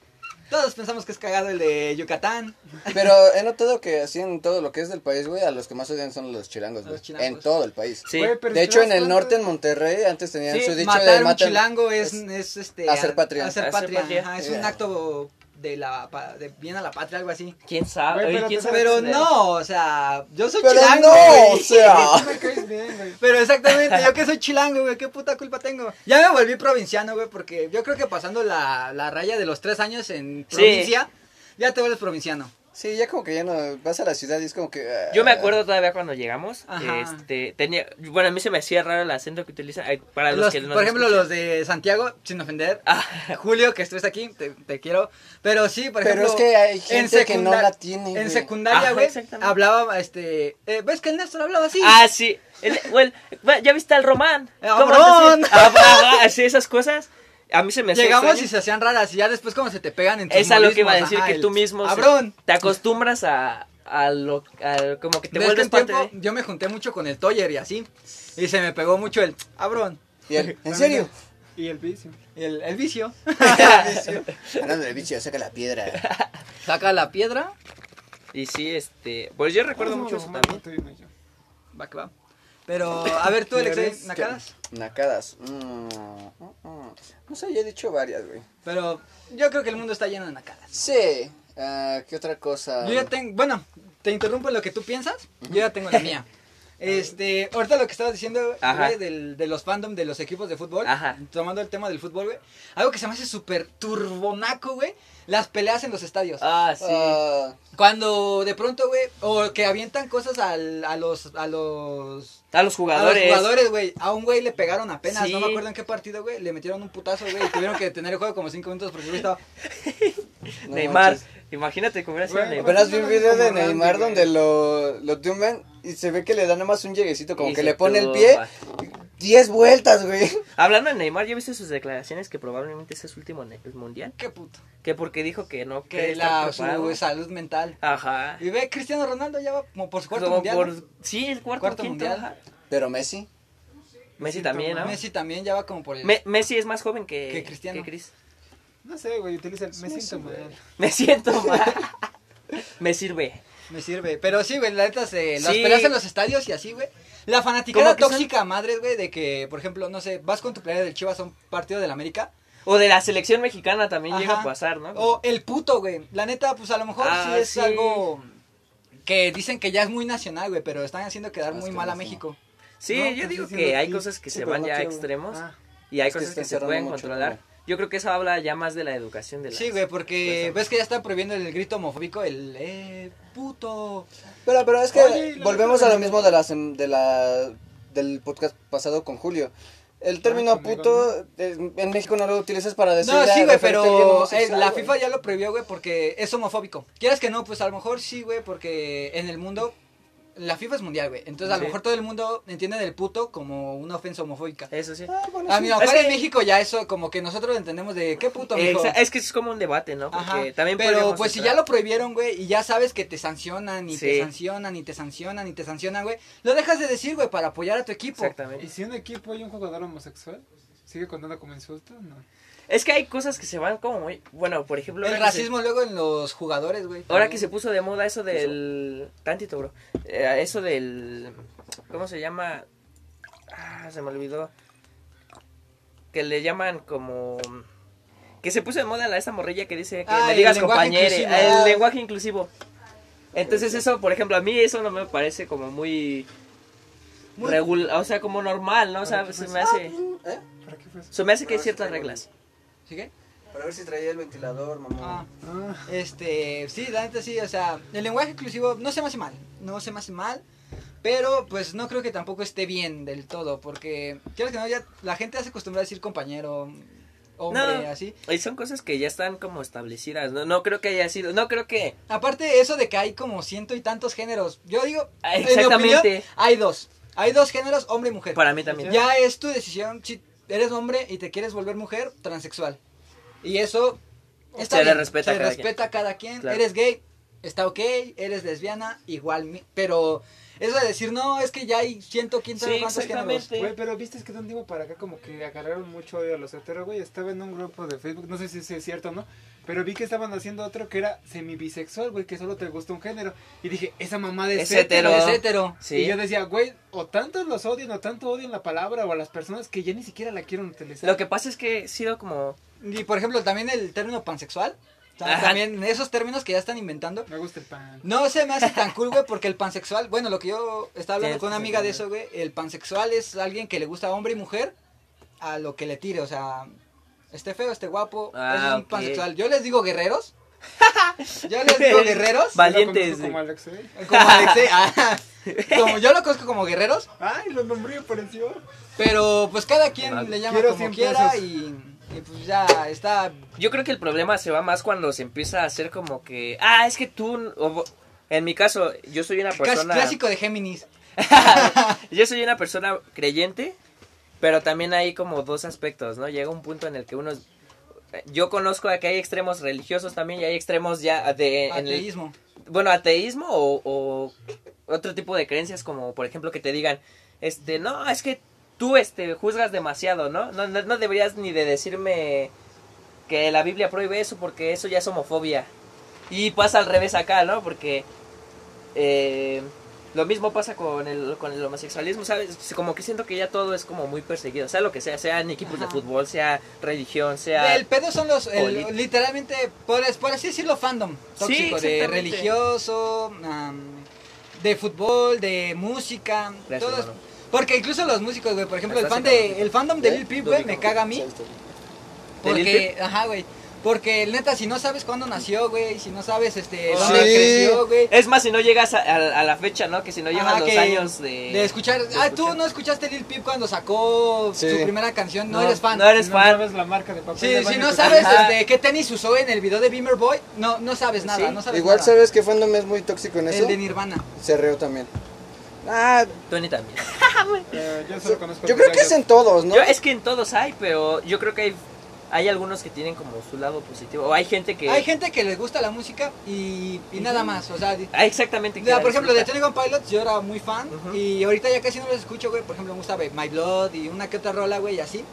B: Todos pensamos que es cagado el de Yucatán.
C: Pero he notado que así en todo lo que es del país, güey, a los que más odian son los chilangos,
B: Los
C: güey.
B: chilangos.
C: En todo el país.
D: Sí.
A: Güey, pero
C: De
A: si
C: hecho,
A: te
C: en
A: das
C: el
A: cuenta-
C: norte, en Monterrey, antes tenían
D: Sí,
C: su dicho
B: matar
C: de
B: un
C: matan-
B: chilango es, es, este
C: hacer patria.
B: hacer
D: Hacer
B: patria,
D: patria.
B: ajá, es un
C: Yeah.
B: acto de la pa- de bien a la patria algo así
D: ¿Quién sabe?
A: Güey,
D: Oye,
A: pero
D: ¿quién
A: tú
D: sabe
B: pero
D: si de-
B: no o sea yo soy
C: Pero
B: chilango
C: no,
B: güey.
C: o sea.
D: Ah.
A: Tú me caes bien, güey.
B: pero exactamente yo que soy chilango güey qué puta culpa tengo ya me volví provinciano güey porque yo creo que pasando la, la raya de los tres años en
D: Sí.
B: provincia ya te vuelves provinciano
C: Sí, ya como que ya no vas a la ciudad y es como que. ah,
D: Yo me acuerdo todavía cuando llegamos,
B: Ajá.
D: este, tenía, bueno, a mí se me hacía raro el acento que utilizan, ay, para los,
B: Los-
D: que no
B: por ejemplo
D: escuchan.
B: los de Santiago sin ofender
D: Ah,
B: <laughs> Julio, que estés aquí, te, te quiero. Pero sí, por
C: Pero
B: ejemplo.
C: es que hay gente
B: en
C: que no
B: secunda-
C: la tiene,
B: En
C: güey.
B: secundaria,
D: Ajá,
B: güey,
D: exactamente.
B: hablaba, este. eh, ¿Ves que el Néstor hablaba así?
D: Ah, sí. El- bueno, bueno, ya viste al Román.
B: Eh,
D: ¿Cómo
B: Abrón.
D: andas? Ah, ah, ah, sí, esas cosas. A mí se me hacía
B: Llegamos
D: extraño.
B: y se hacían raras y ya después como se te pegan en tus
D: Es a lo que iba a
B: modismos,
D: decir,
B: ajá,
D: que
B: el
D: tú mismo se-
B: ¡Cabrón!
D: te acostumbras a, a lo, a- como que te
B: Desde
D: vuelves
B: un
D: parte
B: tiempo, Yo me junté mucho con el Toyer y así. Y se me pegó mucho el abrón.
C: Y él, ¿En
A: <laughs>
C: serio?
A: Y el vicio.
B: El, el
D: <laughs>
B: vicio.
C: <laughs>
A: <laughs>
C: Hablando de bicho, saca la piedra.
B: Saca la piedra.
D: de... Y sí, este... Pues yo recuerdo
A: Vamos
D: mucho
A: a
D: eso
A: fumar
D: también.
A: tú y no yo.
B: Va que va. Pero, a
D: <laughs>
B: ver, tú, Alexei,
A: Eres-
B: Nakadas.
C: Nacadas. Mm, mm, mm. No sé, ya he dicho varias, güey.
B: Pero yo creo que el mundo está lleno de Nakadas.
C: Sí. ah, ¿Qué otra cosa?
B: Yo ya tengo. Bueno, te interrumpo en lo que tú piensas. Yo ya tengo la
D: <laughs>
B: mía. Este, ahorita lo que estabas diciendo,
D: Ajá.
B: güey, del- de los fandom de los equipos de fútbol,
D: Ajá.
B: tomando el tema del fútbol, güey, algo que se me hace súper turbonaco, güey, las peleas en los estadios.
D: Ah, sí.
C: Ah,
B: Cuando de pronto, güey, o que avientan cosas al, a los a los
D: a los jugadores.
B: a los jugadores, güey. A un güey le pegaron apenas,
D: Sí.
B: no me acuerdo en qué partido, güey, le metieron un putazo, güey, y tuvieron que detener el juego como cinco minutos porque el güey estaba
C: no
D: Neymar.
C: manches.
D: Imagínate que hubiera sido
A: Bueno,
D: Neymar.
C: Apenas vi un video de
A: Como Randy,
C: Neymar
A: güey.
C: donde lo, lo tumban y se ve que le da nada más un lleguecito, como
D: Y
C: que
D: se
C: le pone el
D: tuvo,
C: pie.
D: va.
C: 10 vueltas, güey. <laughs>
D: Hablando de Neymar, yo he visto sus declaraciones que probablemente es su último ne- mundial.
B: qué
D: <laughs>
B: puto.
D: Que porque dijo que no
B: Que
D: cree estar
B: la su
D: preparado.
B: salud mental.
D: Ajá.
B: Y ve, Cristiano Ronaldo ya va como por su cuarto
D: Como
B: mundial.
D: por-
B: ¿no?
D: Sí, el cuarto,
B: Cuarto
D: quinto,
B: mundial.
D: ajá.
C: Pero Messi.
D: Messi también, ¿no?
B: Messi también ya va como por el
D: Me- Messi es más joven que,
B: Que Cristiano.
D: que Cris. <laughs>
A: No sé, güey, utiliza el... Me
C: Messi,
A: siento mal.
D: Me siento mal. Me sirve.
B: me sirve. Pero sí, güey, la neta se las
D: Sí.
B: peleas en los estadios y así, güey. La fanaticada
D: Como que son-
B: tóxica madre, güey, de que, por ejemplo, no sé, vas con tu playera del Chivas a un partido del América
D: O de la selección mexicana también llega
B: Ajá.
D: a pasar, ¿no?
B: O el puto, güey. La neta, pues a lo mejor
D: Ah,
B: sí es
D: sí.
B: algo que dicen que ya es muy nacional, güey, pero están haciendo quedar
C: Ah, es
B: muy
C: que
B: mal a
C: no sé.
B: México.
D: sí,
A: No,
D: yo
A: pues
D: digo
A: sí,
D: que
A: sí,
D: hay
A: sí.
D: cosas que
C: Sí,
D: se
C: pero
D: van
C: no
D: ya a
C: quiero-
D: extremos
A: Ah,
D: y hay
C: es que
D: cosas que,
C: están
D: se
C: cerrando
D: pueden
C: mucho,
D: controlar. Yo creo que eso habla ya más de la educación de la
B: Sí, güey, porque
D: personas.
B: ves que ya están prohibiendo el grito homofóbico, el eh, puto.
C: Pero, pero es que
A: Oye, la
C: volvemos a
A: neta,
C: lo mismo de la, sem- de la, del podcast pasado con Julio.
B: Ah,
C: El término
A: conmigo,
C: puto eh, en México no lo utilizas para
D: Pues
C: decir
B: No,
C: a-
B: sí, güey,
C: referirte a alguien
B: pero eh,
C: homosexual,
B: la
C: güey.
B: FIFA ya lo prohibió, güey, porque es homofóbico. ¿Quieres que no? Pues a lo mejor sí, güey, porque en el mundo la FIFA es mundial, güey. Entonces a
D: Sí.
B: lo mejor todo el mundo entiende del puto como una ofensa homofóbica.
D: Eso sí.
C: Ah, bueno,
B: A
C: sí.
B: mi mejor
D: Eh, que-
B: en México ya eso como que nosotros lo entendemos de qué puto, mijo.
D: Exa- es que eso es como un debate, ¿no? Porque
B: Ajá,
D: también
B: pero
D: podríamos
B: pues si
D: entrar-
B: ya lo prohibieron, güey, y ya sabes que te sancionan y
D: Sí.
B: te sancionan y te sancionan y te sancionan, güey, lo dejas de decir, güey, para apoyar a tu equipo.
D: Exactamente.
A: ¿Y si un equipo y un jugador homosexual sigue contando como insulto? No.
D: Es que hay cosas que se van como muy... Bueno, por ejemplo...
B: El
D: ahora que se-
B: racismo luego en los jugadores, güey.
D: Ahora
B: también.
D: que se puso de moda eso del... Tantito, bro. Eh, eso del... ¿Cómo se llama? Ah, se me olvidó. Que le llaman como... Que se puso de moda la, esa morrilla que dice que
B: Ah,
D: me
B: el
D: digas
B: lenguaje
D: compañere.
B: inclusivo.
D: El lenguaje inclusivo. Entonces eso, por ejemplo, a mí eso no me parece como muy...
B: Muy-
D: regul- o sea, como normal, ¿no? O sea,
A: Pero,
D: se
A: pues,
D: me hace...
B: Ah,
C: ¿Eh?
A: ¿Para qué fue eso?
D: Se me hace que hay ciertas reglas.
B: ¿Sí qué?
C: Para ver si traía el ventilador,
B: Ah,
C: mamá.
A: Ah,
B: este, sí, la neta sí, o sea, el lenguaje exclusivo no se me hace mal, no se me hace mal, pero pues no creo que tampoco esté bien del todo, porque, quieres que no, ya la gente ya se acostumbra a decir compañero, hombre,
D: No.
B: así.
D: Y son cosas que ya están como establecidas. No, no creo que haya sido... No creo que...
B: Aparte eso de que hay como ciento y tantos géneros. Yo digo,
D: Ah,
B: en mi opinión,
D: exactamente.
B: hay dos. Hay dos géneros, hombre y mujer.
D: Para mí también.
B: Ya es tu decisión si eres hombre y te quieres volver mujer, transexual. Y eso está
D: Se le
B: bien,
D: respeta a
B: se
D: cada
B: respeta a cada quien.
D: Claro.
B: Eres gay, está ok. Eres lesbiana, igual. mi- Pero eso de decir, no, es que ya hay ciento quince
D: Sí,
B: cuantos géneros.
D: exactamente. Sí.
A: Güey, pero viste es que de un tiempo para acá como que agarraron mucho odio a los heteros, güey. Estaba en un grupo de Facebook, no sé si sí es cierto o no, pero vi que estaban haciendo otro que era semibisexual, güey, que solo te gusta un género. Y dije, esa mamada es,
D: Es
A: hetero.
D: hetero.
B: Es hetero.
D: Sí.
A: Y yo decía, güey, o tanto los odian, o tanto odian la palabra, o a las personas que ya ni siquiera la quieren utilizar.
D: Lo que pasa es que he sido como...
B: Y por ejemplo, también el término pansexual. o sea,
D: Ajá.
B: También esos términos que ya están inventando.
A: Me gusta el pan.
B: No se me hace tan cool, güey, porque el pansexual, bueno, lo que yo estaba hablando
D: Sí,
B: con una
D: sí,
B: amiga de
D: sí.
B: eso, güey, el pansexual es alguien que le gusta hombre y mujer a lo que le tire, o sea, esté feo, esté guapo,
D: Ah,
B: eso es un
D: ok.
B: pansexual. Yo les digo
D: <laughs>
B: guerreros. Yo les digo guerreros.
D: Va-
A: Yo lo
D: Valientes,
A: conozco
D: güey.
A: Como Alex, ¿eh?
B: Como Alexei,
D: <laughs>
B: ah, como yo lo conozco como guerreros,
A: Ay, lo nombré por encima.
B: pero pues cada quien
D: Ah,
B: le llama
A: quiero
B: como
A: 100
B: quiera
A: pesos.
B: y, y, pues ya está
D: Yo creo que el problema se va más cuando se empieza a hacer como que... Ah, es que tú... o- en mi caso, yo soy una
B: casi
D: <laughs> persona...
B: clásico de Géminis.
D: yo soy una persona creyente Pero también hay como dos aspectos, ¿no? Llega un punto en el que uno... Yo conozco a que hay extremos religiosos también y hay extremos ya de... en el-
B: Ateísmo.
D: bueno, ateísmo o, o otro tipo de creencias como, por ejemplo, que te digan, este, no, es que tú, este, juzgas demasiado, ¿no? No, no, no deberías ni de decirme que la Biblia prohíbe eso porque eso ya es homofobia. Y pasa al revés acá, ¿no? Porque eh, lo mismo pasa con el, con el homosexualismo, ¿sabes? Como que siento que ya todo es como muy perseguido, sea lo que sea, sean equipos de
B: Ajá.
D: fútbol, sea religión, sea...
B: El pedo son los, el-
D: Polit-
B: literalmente, por, por así decirlo, fandom tóxico, de
D: exactamente.
B: religioso, am, de fútbol, de música,
D: Gracias,
B: todos.
D: hermano.
B: Porque incluso los músicos, güey, por ejemplo, el,
D: Estás
B: fan de,
D: acabando.
B: el fandom de Lil Peep, güey, me caga a mí.
D: ¿De Lil
B: Porque, ajá, güey. Porque, neta, si no sabes cuándo nació, güey, si no sabes, este,
D: Oh, Sí.
B: dónde creció, güey.
D: Es más, si no llegas a, a- a la fecha, ¿no? Que si no llevas
B: Ajá,
D: los
B: que-
D: años de...
B: De escuchar, ah, tú
D: escuchar.
B: no escuchaste Lil Peep cuando sacó
C: Sí.
B: su primera canción, no,
D: No,
B: eres fan.
D: no eres
A: Si
D: fan.
A: No sabes la marca de papel.
B: Sí,
A: de
B: si
A: baño pues
B: no
A: que
B: sabes
A: tienes.
D: Ajá.
B: este, qué tenis usó en el video de Beamer Boy, no, no sabes nada,
D: Sí.
B: no sabes
C: Igual
B: nada.
C: sabes que fandom es muy tóxico en
B: El
C: eso.
B: de Pues Nirvana.
C: Se reó también. Ah,
D: Tony también.
A: Eh, yo solo conozco
C: yo
A: el
C: creo que es
A: gallo.
C: en todos, ¿no?
D: Yo, es que en todos hay, pero yo creo que hay, hay algunos que tienen como su lado positivo. O hay gente que...
B: Hay gente que les gusta la música y, y nada más, o sea, di-
D: Ah, exactamente. que
B: mira,
D: la
B: por ejemplo, de
D: disfruta.
B: Tony Gun Pilots yo era muy fan
D: Ujú.
B: y ahorita ya casi no los escucho, güey, por ejemplo, me gusta güey, My Blood y una que otra rola, güey, y así.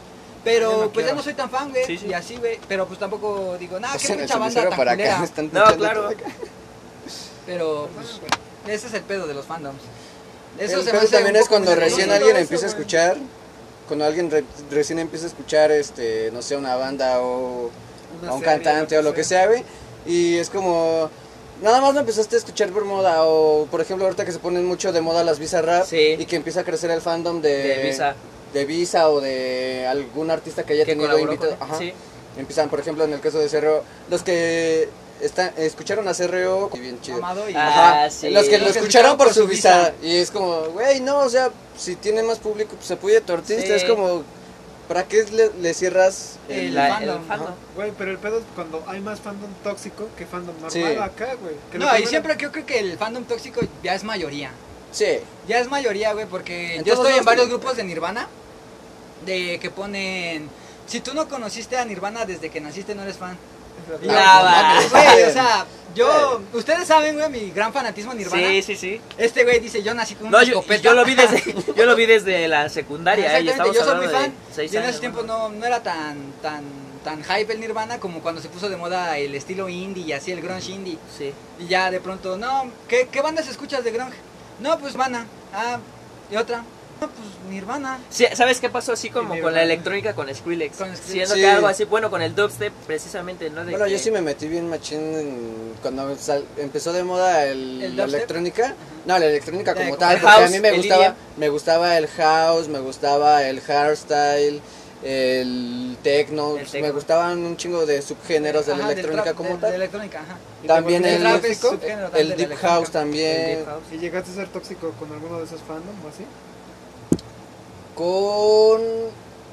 B: Pero
A: Yo no
B: pues ya
A: quiero.
B: no soy tan fan, güey,
D: Sí, sí.
B: y así, güey, pero pues tampoco
C: <laughs>
B: digo, nada, que
C: Hacen el
B: mucha banda
C: cenicero
B: tan
C: para acá.
B: culera.
C: me están
D: No,
C: echando
D: claro.
C: todo acá.
B: Pero pues ese es el pedo de los fandoms.
C: el
B: se me
C: pedo
B: hace
C: también
B: un
C: es
B: poco
C: cuando
B: muy
C: recién
B: peligroso.
C: alguien
A: eso,
C: empieza a
A: güey.
C: escuchar, cuando alguien re- recién empieza a escuchar, este, no sé, una banda o
A: Una
C: a un
A: serie,
C: cantante o lo que sea, güey, y es como, nada más lo empezaste a escuchar por moda, o por ejemplo ahorita que se ponen mucho de moda las Visa Rap,
D: Sí.
C: y que empieza a crecer el fandom de,
D: De Visa.
C: de Visa o de algún artista que haya
D: Que
C: tenido
D: colaboró
C: invitado.
D: con-
C: Ajá.
D: sí.
C: Empiezan, por ejemplo, en el caso de CRO, los que están, escucharon a CRO, y bien chido.
B: Amado y-
D: Ah,
C: Ajá,
D: sí.
C: Los que lo
B: Los que
C: escucharon por su visa.
B: visa.
C: Y es como, güey, no, o sea, si tiene más público, pues apoya a tu artista.
D: Sí.
C: Es como, ¿para qué le, le cierras Eh,
B: El
C: el.
D: La-
B: fandom,
D: el fandom.
A: Güey, pero el pedo es cuando hay más fandom tóxico que fandom normal
C: Sí.
A: acá, güey. Que
B: No,
A: lo
B: y
A: primero-
B: siempre yo creo que el fandom tóxico ya es mayoría.
C: Sí,
B: Ya es mayoría, güey, porque
C: En
B: yo
C: todos
B: estoy
C: lados
B: en varios
C: tienen-
B: grupos de Nirvana de que ponen si tú no conociste a Nirvana desde que naciste no eres fan. Y yo,
D: Nah,
B: no
D: va.
B: mames, güey, o sea, yo ustedes saben, güey, mi gran fanatismo a Nirvana.
D: Sí, sí, sí.
B: Este güey dice, "Yo nací con una
D: No, yo,
B: escopeta".
D: yo lo
B: <laughs>
D: vi desde, <laughs> yo lo vi desde la secundaria. eh, y
B: Exactamente,
D: estamos
B: yo soy muy
D: hablando
B: fan.
D: de seis
B: Y en
D: años,
B: esos tiempos no, no era tan tan tan hype el Nirvana como cuando se puso de moda el estilo indie y así el grunge indie.
D: Sí.
B: Y ya de pronto, no, ¿qué, qué bandas escuchas de grunge? No, pues Vana. Ah, y otra. No, pues Nirvana.
D: Sí, ¿Sabes qué pasó así como
A: Y
D: con la
A: Nirvana.
D: electrónica con Skrillex?
B: Con Skrillex.
D: Siendo
C: Sí.
D: que algo así, bueno, con el dubstep precisamente, ¿no? De
C: bueno, yo
D: que-
C: sí me metí bien machín en- cuando sal- empezó de moda el,
B: ¿El
C: la
B: dubstep?
C: electrónica. No, la electrónica
B: La de-
C: como
B: como
C: tal,
D: el
C: porque a
D: house,
C: mí me
D: el
C: gustaba,
D: EDM.
C: me gustaba el house, me gustaba el hardstyle, el techno,
D: El
C: me
D: techno.
C: gustaban un chingo de subgéneros de la
B: Ajá, del
C: electrónica
B: trap,
C: como
B: del-
C: tal.
B: De electrónica, ajá.
A: Y te
C: también
B: del
C: el,
A: volviste
B: trap es
C: disco,
B: subgénero también
C: el
B: de la
C: deep
B: electrónica.
C: house también.
D: El deep house.
A: ¿Y llegaste a ser tóxico con alguno de esos fandom o así?
C: Con.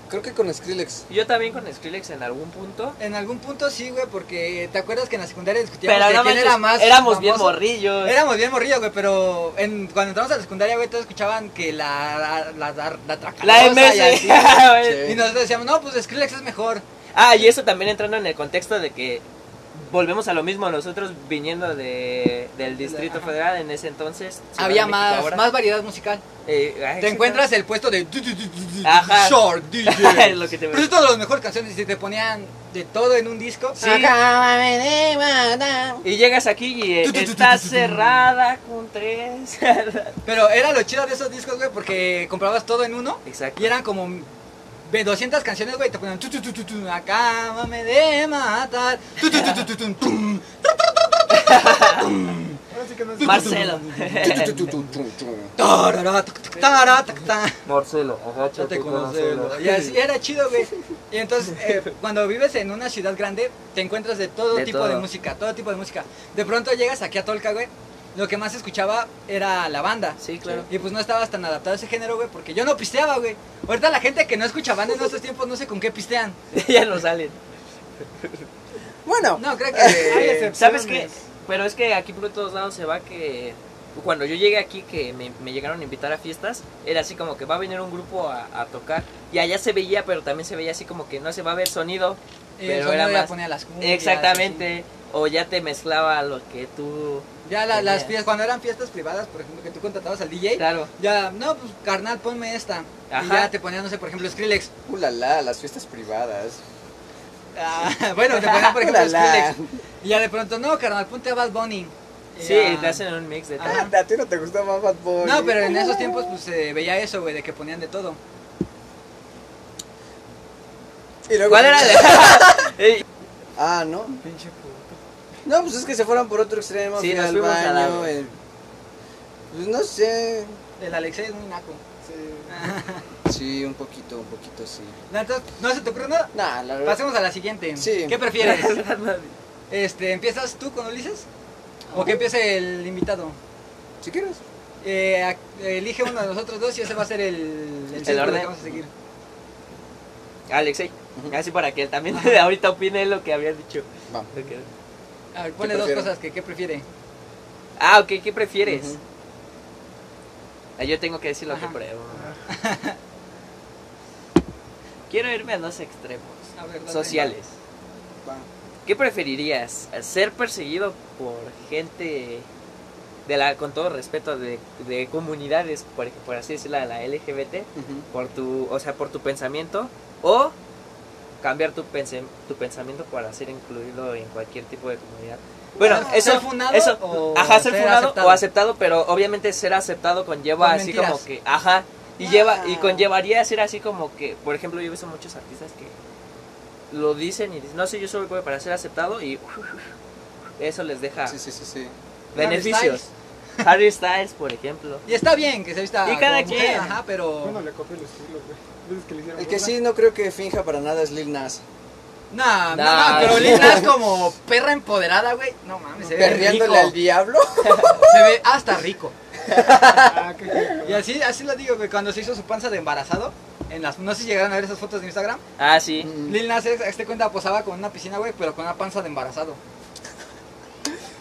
C: Creo que con <laughs> Skrillex.
D: Yo también con Skrillex en algún punto.
B: En algún punto sí, güey, porque te acuerdas que en la secundaria discutíamos
D: Pero
B: de
D: no
B: quién
D: manches,
B: era más
D: éramos bien
B: famoso?
D: morrillos.
B: Éramos bien morrillos, güey, pero en, cuando entramos a la secundaria, güey, todos escuchaban que la la, la, la,
D: La
B: tracalosa y
C: <laughs>
B: así.
D: MS.
C: Sí.
B: Y nosotros decíamos, no, pues Skrillex es mejor.
D: ah, y eso también entrando en el contexto de que volvemos a lo mismo nosotros viniendo de, del Distrito
B: Ajá.
D: Federal en ese entonces. Ciudad
B: Había
D: de México
B: más,
D: ahora.
B: más variedad musical.
D: Eh, ah,
B: Te
D: exacto.
B: encuentras el puesto de
D: Ajá.
B: Shark
D: <laughs> Es
B: DJ.
D: lo que te
B: Pero es todas las mejores canciones y te ponían de todo en un disco.
D: Sí. Y llegas aquí y eh, está cerrada con tres.
B: Pero era lo chido de esos discos, güey, porque comprabas todo en uno
D: Exacto.
B: y eran como ve- 200 canciones, güey, y te ponían tu, tu, tu, tu, tu, acá mame de matar. tu, tu, tu, tu, tu, tu, tum.
A: Ahora sí que no es
D: Marcelo.
B: Tarara, tac, tac, tarara, tac, tac.
D: Marcelo,
B: Ya
D: agáchate
B: te conocemos. Y así era chido,
D: <laughs>
B: güey. Y entonces, eh, cuando vives en una ciudad grande, te encuentras de todo
D: De
B: tipo de
D: todo.
B: música, todo tipo de música. De pronto llegas aquí a Tolca, güey. Lo que más escuchaba era la banda.
D: Sí, claro.
B: Y pues no estabas tan adaptado a ese género, güey, porque yo no pisteaba, güey. Ahorita la gente que no escucha banda en estos tiempos no sé con qué pistean.
D: ya no salen.
C: Bueno,
B: No, creo
A: Hay
B: que...
D: Eh,
A: excepciones.
D: ¿Sabes qué? Pero es que aquí por todos lados se va que cuando yo llegué aquí, que me, me llegaron a invitar a fiestas, era así como que va a venir un grupo a, a tocar. Y allá se veía, pero también se veía así como que no se va a ver sonido.
B: Eh,
D: Pero
B: solo
D: era
B: ya
D: más-
B: ponía las cumbias,
D: Exactamente. O ya te mezclaba lo que tú...
B: así. Ya la- las
D: Tenía.
B: fiestas, cuando eran fiestas privadas, por ejemplo, que tú contratabas al DJ,
D: Claro.
B: ya, no, pues carnal, ponme esta. Y
D: Ajá.
B: ya te ponían, no sé, por ejemplo, Skrillex.
C: Uh, la, la, las fiestas privadas.
B: Ah, bueno, te ponían, por
D: <laughs>
B: ejemplo,
C: Uh, la, la.
B: Skrillex. Y ya de pronto, no, carnal, ponte a Bad Bunny. Y
D: Sí,
B: ya.
D: te hacen un mix de
B: Ajá.
D: <laughs> todo.
C: Ah, a ti no te gustaba Bad Bunny.
B: No, pero en esos tiempos, pues se veía eso, güey, de que ponían de todo.
C: Y luego-
D: ¿Cuál era el-
B: <laughs>
D: Ey,
C: Ah, ¿no?
A: Pinche puto.
C: No, pues es que se fueron por otro extremo.
D: Sí,
C: fui
D: nos
C: al
D: fuimos a la-
C: baño. el- Pues no sé.
B: El Alexei es muy naco. <laughs>
C: Sí, un poquito, un poquito, sí.
B: No, entonces, ¿no se te ocurre nada?
C: Nah, la verdad.
B: Pasemos a la siguiente.
C: Sí.
B: ¿Qué
D: <laughs>
B: prefieres? Este, ¿Empiezas tú con Ulises? ¿O que empiece el invitado?
C: Si quieres.
B: Eh, ac- elige uno de nosotros dos y ese va a ser el, el,
D: El
B: círculo
D: orden.
B: que vamos a seguir.
D: Alexei, así para que él también <laughs> ahorita opine lo que habías dicho.
C: Va.
D: Lo que-
B: A ver, pone dos
C: prefiero?
B: cosas que ¿qué prefiere.
D: Ah, ok, ¿qué prefieres?
C: Ujú.
D: Ah, Yo tengo que decir lo que
B: Ajá. <laughs>
D: pruebo. Quiero irme a dos extremos
B: A ver, date.
D: sociales. ¿Qué preferirías? ¿Ser perseguido por gente de la, con todo respeto, de, de comunidades, por, ej- por así decirlo, de la LGBT,
C: Ujú.
D: por tu, o sea, por tu pensamiento, o cambiar tu, pense- tu pensamiento para ser incluido en cualquier tipo de comunidad? Bueno,
B: Ah,
D: eso,
B: ¿ser funado
D: eso,
B: o
D: ajá, ser,
B: ser
D: funado
B: aceptado?
D: o aceptado, pero obviamente ser aceptado conlleva
B: Con
D: así
B: mentiras. Ah.
D: como que, ajá, y lleva y conllevaría ser así como que, por ejemplo, yo he visto muchos artistas que lo dicen y dicen, no sé, yo soy güey para ser aceptado y <laughs> eso les deja
C: Sí, sí, sí, sí.
D: beneficios. Harry Styles, por ejemplo.
B: Y está bien que se vista
D: Y cada
B: como mujer,
D: quien.
B: ajá, pero
A: Bueno, le copié el estilo, güey. Dices que le hicieron
C: El que
A: burla.
C: sí no creo que finja para nada es Lil Nas.
B: Nah, no,
D: Nah.
B: no, pero Lina es como perra empoderada, güey. No mames, se ve rico.
C: Perreándole al diablo.
B: Se ve hasta rico.
A: Ah, qué rico.
B: Y <laughs> así así lo digo, güey, cuando se hizo su panza de embarazado, en las no sé si llegaron a ver esas fotos de Instagram,
D: Ah, sí.
C: Mm.
B: Lil Nas X, hazte cuenta, posaba con una piscina, güey, pero con una panza de embarazado.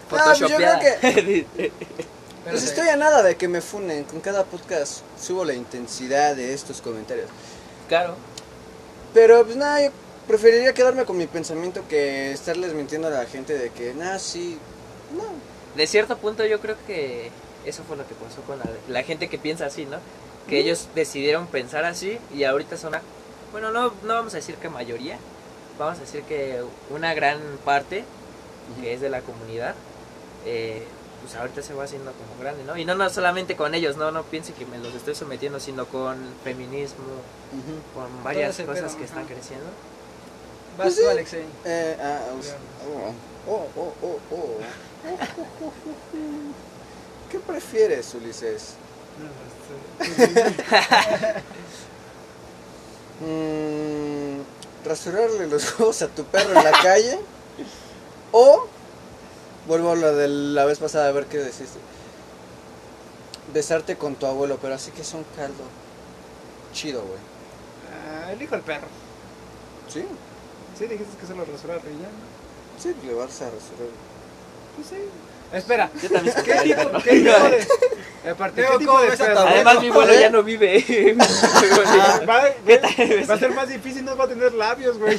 C: pues yo creo
D: que
B: Pero
C: Pues
B: se-
C: estoy a nada de que me funen. Con cada podcast subo la intensidad de estos comentarios.
D: <laughs> claro.
C: Pero pues nada, yo preferiría quedarme con mi pensamiento que estarles mintiendo a la gente de que, nah, sí. No.
D: De cierto punto yo creo que eso fue lo que pasó con la, la gente que piensa así, ¿no? Que ellos decidieron pensar así y ahorita son, una- bueno, no, no vamos a decir que mayoría, vamos a decir que una gran parte que es de la comunidad, eh, pues ahorita se va haciendo como grande, ¿no? Y no, no solamente con ellos, no, no piensen que me los estoy sometiendo, sino con feminismo,
C: Ujú.
D: con varias
B: ese
D: cosas
B: pedo,
D: que están
B: ajá.
D: creciendo.
B: Vas tú, Alexei.
C: Eh, ah, us- oh, oh, oh, oh. ¿Qué prefieres, Ulises? Mm, ¿Rasurarle los <laughs> ojos a tu perro en la calle? ¿O, vuelvo a lo de la vez pasada, a ver qué deciste, besarte con tu abuelo, pero así que es un caldo chido, güey?
A: Ah, elijo el perro.
C: ¿Sí?
A: Sí, dijiste que solo rasura rellano.
C: Sí, le vas a rasurar.
A: Pues sí. Espera,
D: Yo también
A: <laughs> ¿qué
D: soy
A: tipo,
D: perro.
A: qué tipo de... eh, Aparte,
B: Veo
A: ¿qué tipo
B: cómo
A: de
B: ves a tu
A: perro?
B: abuelo.
D: Además mi vuelo ya
B: <laughs>
D: no vive. <laughs>
A: Ah, va,
D: ¿Qué
A: va-
D: tal?
A: va a ser más difícil, no va a tener labios, güey.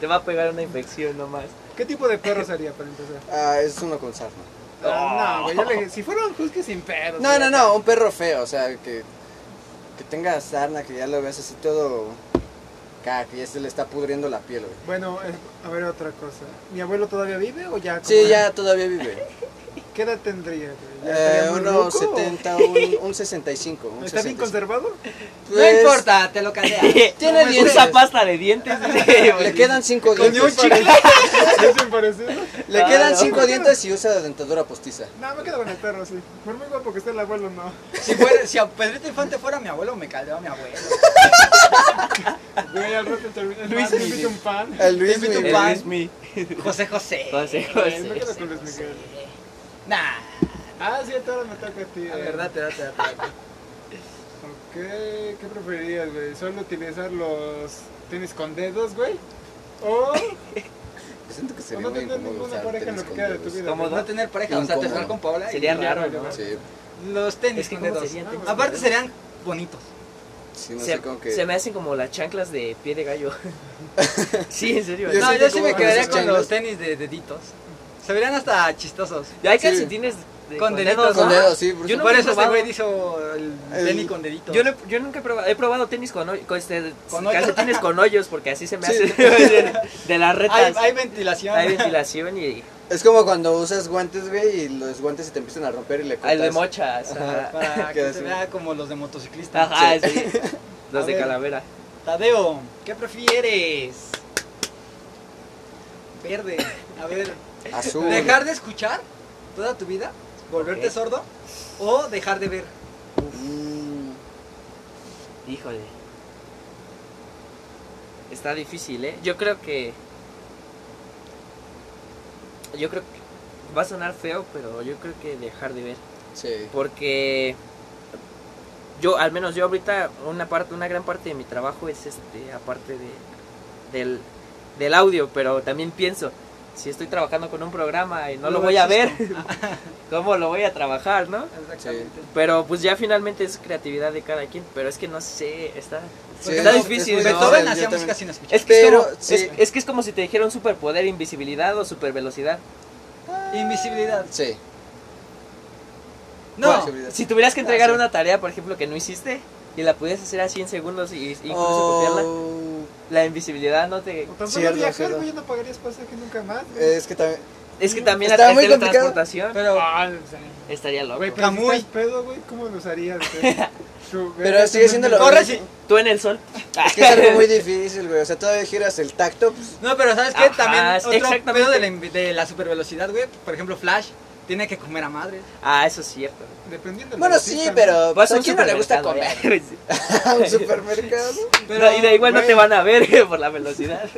D: Te va a pegar una infección nomás.
A: ¿Qué tipo de perro sería para empezar?
C: Ah, es uno con sarna.
A: Ah, no, güey, yo le dije, si fuera un husky sin perros.
C: No,
A: güey.
C: no, no, un perro feo, o sea, que, que tenga sarna, que ya lo ves así todo... Caca, que ya se le está pudriendo la piel, güey.
A: Bueno, eh, a ver otra cosa. ¿Mi abuelo todavía vive o ya?
C: Sí,
A: como-
C: ya todavía vive.
A: ¿Qué edad tendría? güey? ¿Ya
C: Eh,
A: estaría muy
C: unos
A: ruco o-
C: 70, un, un 65. Un
A: ¿Está bien
C: 65. <laughs>
A: conservado?
C: Pues,
B: No importa, te lo candeas.
D: <laughs>
C: Tiene
D: Usa
C: dientes.
D: pasta de dientes. dice,
C: Le
A: <laughs>
D: pues,
C: quedan 5
B: Con
C: dientes.
B: un chicle.
A: ¿Dicen parecido?
C: Le
D: Ah,
C: quedan
D: no.
C: 5 dientes y usa dentadura postiza.
A: No, me quedo con el perro, sí. Por muy guapo que esté el abuelo,
C: <laughs>
A: no.
B: Si, fuera, si a Pedrito Infante fuera mi abuelo, me caldeaba mi abuelo.
A: Güey, al rato termina.
B: Luis
A: Luis
B: Miguel.
A: invita un pan.
C: El Luis
B: Invito un
C: Miguel.
B: pan.
D: Eres mi.
B: José José.
D: José,
A: Güey, me
D: José.
A: quedo con Luis Miguel.
B: Nah.
A: Ah, sí, ahora me toca a ti.
B: La
A: eh.
B: verdad, te da, te da, te da.
A: Ok, ¿qué preferirías, güey? ¿Solo utilizar los tenis con dedos, güey? ¿O
C: siento que
A: O
C: sería
A: Pues no
C: muy
A: tener
C: incómodo.
A: ninguna
C: usar
A: pareja en
C: tenis
A: lo que
C: con
A: queda de tu
C: dedos.
A: vida.
D: Cómodo.
B: No tener pareja, o sea,
C: Incómodo.
B: tener con Paola. y-
D: Sería raro,
A: Claro,
D: ¿no?
A: ¿no?
C: Sí,
B: Los tenis
D: Es que
B: con
D: ¿cómo
B: dedos.
D: serían tenis con
B: Aparte
D: dedos?
B: serían bonitos.
C: sí, no
D: se,
C: sé cómo que.
D: se me hacen como las chanclas de pie
C: <laughs>
D: de gallo. sí, en serio.
C: Yo
B: no,
C: siento
B: yo sí
C: como
B: me
C: con
B: quedaría
C: esos
B: con los
C: changos.
B: tenis de deditos. Se verían hasta chistosos.
D: Ya hay
C: Sí.
D: calcetines de-
B: Con deditos,
D: dedos,
C: Con
D: ¿no?
C: dedos, sí, por supuesto.
D: Yo no
B: Por
D: he
B: eso este
D: probado.
B: güey hizo el
C: El-
B: tenis con deditos.
D: Yo, no he- yo nunca he probado, he probado tenis con, hoy- con, este,
B: Con hoyos.
D: calcetines con hoyos, porque así se me
C: Sí.
D: hace <laughs> de, las
B: hay,
D: retas.
B: hay ventilación.
D: Hay ventilación y
C: Es como cuando usas guantes, güey, y los guantes se te empiezan a romper y le cortas.
D: el de mochas. Ajá,
B: <laughs>
D: <laughs>
B: Para que
C: Queda
B: se
C: así.
B: vea como los de motociclistas.
D: Ajá, sí. Los
B: A
D: de
B: ver.
D: calavera.
B: <laughs> Tadeo, ¿qué prefieres? Verde. A ver,
D: <laughs>
C: Azul.
B: ¿dejar de escuchar toda tu vida? ¿Volverte
D: Ok.
B: sordo? ¿O dejar de ver?
C: Mm,
D: Híjole. Está difícil, ¿eh? Yo creo que... Yo creo que... Va a sonar feo, pero yo creo que dejar de ver.
C: sí.
D: Porque yo, al menos yo ahorita, una parte, una gran parte de mi trabajo es este, aparte de, del, del audio, pero también pienso, si estoy trabajando con un programa y no, lo voy a ver, <laughs> ¿cómo lo voy a trabajar, no?
B: Exactamente.
D: Pero pues ya finalmente es creatividad de cada quien, pero es que no sé, está...
C: Sí,
D: está
C: es-
D: difícil,
C: es muy
D: ¿no?
B: Beethoven
C: Yo
B: hacía
C: también.
B: música sin escuchar.
D: Es que, es
C: Pero,
D: como,
C: sí.
D: es, es que es como si te dijera un superpoder, invisibilidad o supervelocidad. Ah.
B: Invisibilidad.
C: Sí.
B: No.
C: ¿Cuál seguridad?
D: Si tuvieras que entregar
C: Ah, sí.
D: una tarea, por ejemplo, que no hiciste y la pudieras hacer así en segundos y, y incluso copiarla,
C: Oh,
D: La invisibilidad no te...
C: <laughs>
A: Tan solo
C: Cierto,
A: viajar,
C: cierto.
A: güey, ya no pagarías pasaje nunca más. güey.
C: es que también.
D: Es que también la
C: Está muy complicado.
D: teletransportación
B: Pero
A: Ah, o sea,
D: estaría loco.
A: Güey, pero si
B: Camuy.
A: estás pedo, güey, ¿cómo lo usarías?
C: <laughs>
A: güey? Tu-
C: Pero sigue siendo lo
B: Corre,
C: mismo.
B: sí.
D: Tú en el sol.
C: Es que es algo
D: <laughs>
C: muy difícil, güey. O sea, todavía giras el tacto. Pues,
B: No, pero ¿sabes qué?
D: Ajá,
B: También
D: sí,
B: otro
D: exactamente.
B: pedo de la, invi- de la supervelocidad, güey. Por ejemplo, Flash tiene que comer a madre.
D: Ah, eso es cierto.
A: Dependiendo del
C: bueno, sí,
A: artista,
C: pero.
D: Vas
C: Pues,
D: a
C: ¿A
D: un
C: quién no le gusta
D: supermercado,
C: comer?
D: <laughs>
C: <laughs>
D: ya.
C: A un supermercado.
B: Pero,
D: No, y de igual no
A: güey.
D: te van a ver <laughs> por la velocidad.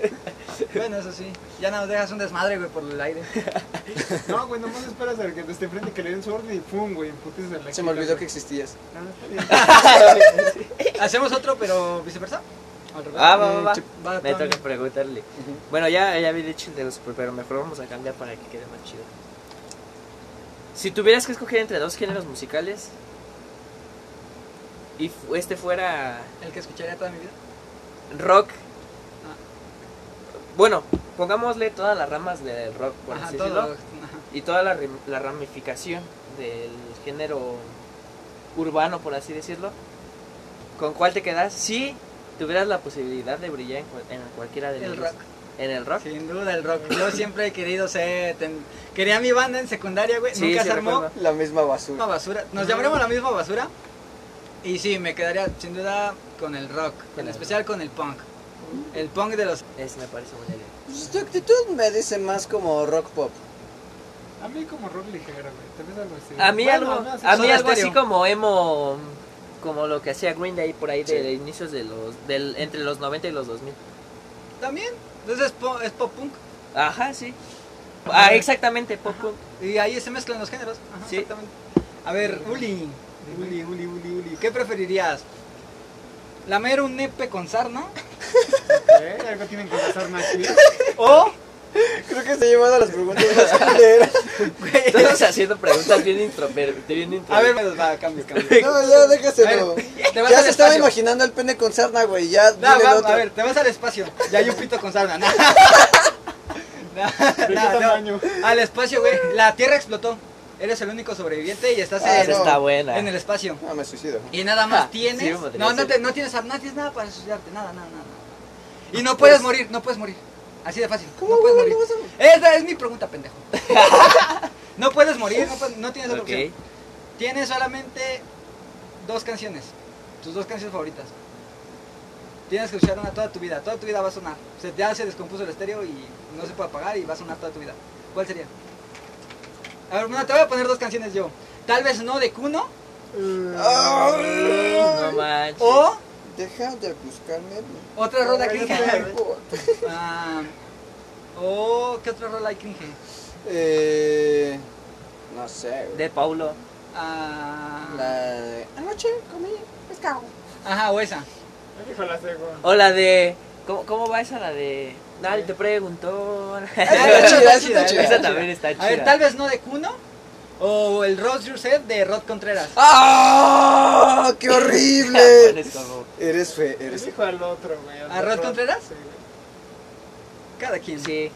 B: Bueno, eso sí. Ya nos dejas un desmadre, güey, por el
D: <laughs>
B: aire.
A: <laughs> ¿no? No, güey, nomás esperas a que esté enfrente que le den su orden y pum, güey, emputes a la
C: Se me
A: quita,
C: olvidó que
A: güey.
C: existías.
A: Ah, está bien.
C: <laughs>
B: ¿Hacemos otro, pero viceversa? Al revés. Eh,
D: Ah, va, va, va.
B: Va,
D: Me
B: tú a mí.
D: toca preguntarle. Bueno, ya, ya había dicho el de los super, pero mejor vamos a cambiar para que quede más chido. Si tuvieras que escoger entre dos géneros musicales y fu- este fuera
B: El que escucharía toda mi vida.
D: rock.
B: Ah.
D: Bueno, pongámosle todas las ramas del rock, por
B: Ajá,
D: así
B: todo.
D: decirlo.
B: Ajá.
D: y toda la, rim- la ramificación del género urbano, por así decirlo, ¿con cuál te quedas? Si tuvieras la posibilidad de brillar en, cual- en cualquiera de los
B: El
D: dos.
B: rock.
D: ¿En el rock?
B: Sin duda, el rock. Yo siempre he querido ser. ten- Quería mi banda en secundaria, güey.
D: Sí,
B: Nunca
D: sí
B: se armó.
D: recuerdo.
C: La misma
B: misma
C: basura.
B: basura. Nos llamaremos la misma basura. Y sí, me quedaría sin duda con el rock.
D: Con
B: En
D: el
B: especial con el punk. El punk de los.
D: Es, me parece buena idea.
C: Pues, tu actitud me dice más como rock pop.
A: A mí como rock ligero, güey, también algo así.
D: A mí
A: Bueno,
D: algo,
A: no, sí,
D: a mí
B: Soda
D: algo así
B: Stereo.
D: como emo, como lo que hacía Green Day por ahí de,
C: Sí.
D: de inicios de los, del, entre los 90 y los 2000.
B: También. Entonces es po- es pop punk.
D: Ajá, sí. Ah, exactamente, pop punk.
B: Y ahí se mezclan los géneros. Ajá,
D: Sí.
B: Exactamente. A ver, Uli,
A: Uli, uli, uli, uli.
B: ¿qué preferirías? ¿Lamer un nepe con sarna?
A: Ok, Algo tienen que pasar más aquí.
C: <laughs>
B: <laughs> ¿O
C: Creo que se llevando las preguntas <laughs> más culeras.
D: <laughs> Estamos haciendo preguntas bien introver- bien Ah,
B: A ver,
D: introver-
B: bueno, va, cambio, cambio.
C: No, ya
B: A
C: déjaselo.
B: ver, te vas
C: Ya
B: al
C: se estaba
B: espacio.
C: imaginando el pene con sarna, güey. Ya,
B: No,
C: dile el
B: va,
C: otro.
B: a ver, te vas al espacio. Ya hay un pito con sarna. No, <laughs>
A: ¿De qué
B: No, no.
A: tamaño?
B: Al espacio, güey. La Tierra explotó. Eres el único sobreviviente y estás
C: Ah,
B: en,
D: Esa
C: no.
D: está buena.
B: en el espacio.
C: Ah, me suicido.
B: Y nada más
D: Ah,
B: tienes.
D: sí, podría
B: no, no,
D: ser.
B: te- no tienes no tienes nada para suicidarte, nada, nada, nada. Y no puedes morir, no puedes morir. Así de fácil.
C: ¿Cómo,
B: no puedes
C: güey?
B: morir.
C: ¿Cómo se-
B: Esa es mi pregunta, pendejo. no puedes morir, no, puedes- no tienes otra
D: Ok.
B: opción. Tienes solamente dos canciones, tus dos canciones favoritas. Tienes que escuchar una toda tu vida, toda tu vida va a sonar. Se te hace descompuso el estéreo y no se puede apagar y va a sonar toda tu vida. ¿Cuál sería? A ver, bueno, te voy a poner dos canciones yo. Tal vez no de Kuno
D: No
C: Ay,
D: manches.
B: o
C: Deja de buscarme.
B: otra rola cringe.
C: Ay,
D: <laughs>
C: puta.
B: <laughs> Ah, o qué otra rola hay cringe.
C: Eh. No sé, güey.
D: De Paulo.
B: Ah,
C: La de. Anoche comí pescado.
B: Ajá, o esa.
A: Híjole, la sé, güey.
D: O la de. ¿Cómo, cómo va esa? La de. Nadie te preguntó.
B: Ah,
D: <laughs>
B: Está chida, está chida,
C: chida.
D: Esa también está chida. Ah,
B: A ver, tal
D: <laughs>
B: vez no de Kuno o el Rose Yourself de Rod Contreras.
C: ¡Ah! ¡Qué
D: <laughs>
C: horrible!
D: Pones como-
C: eres fe, eres
A: Elijo al otro, güey. al
B: ¿A Rod
A: otro.
B: Contreras?
A: Sí, güey.
B: Cada quien.
D: Sí.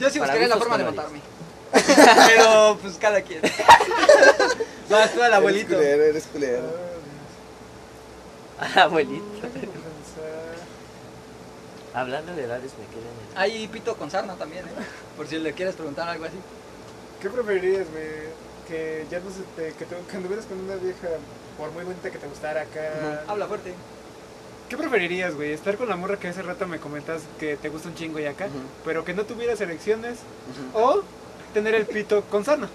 B: Yo sí
D: Para
B: buscaría la
D: gustos
B: forma de matarme.
D: colores.
B: <laughs> Pero pues cada
D: <laughs>
B: quien. Vas tú al abuelito.
C: Eres culero, eres culero.
D: <laughs> Abuelito.
A: Ah,
D: Hablando de edades, me quedé en
B: Hay pito con sarna también, ¿eh? Por si le quieres preguntar algo así.
A: ¿Qué preferirías, güey? Que ya no se te, que, te, que anduvieras con una vieja por muy bonita que te gustara acá.
B: Habla fuerte.
A: ¿Qué preferirías, güey? Estar con la morra que hace rato me comentas que te gusta un chingo y acá,
C: Ujú.
A: pero que no tuvieras elecciones
C: Ujú.
A: o tener el pito con sana.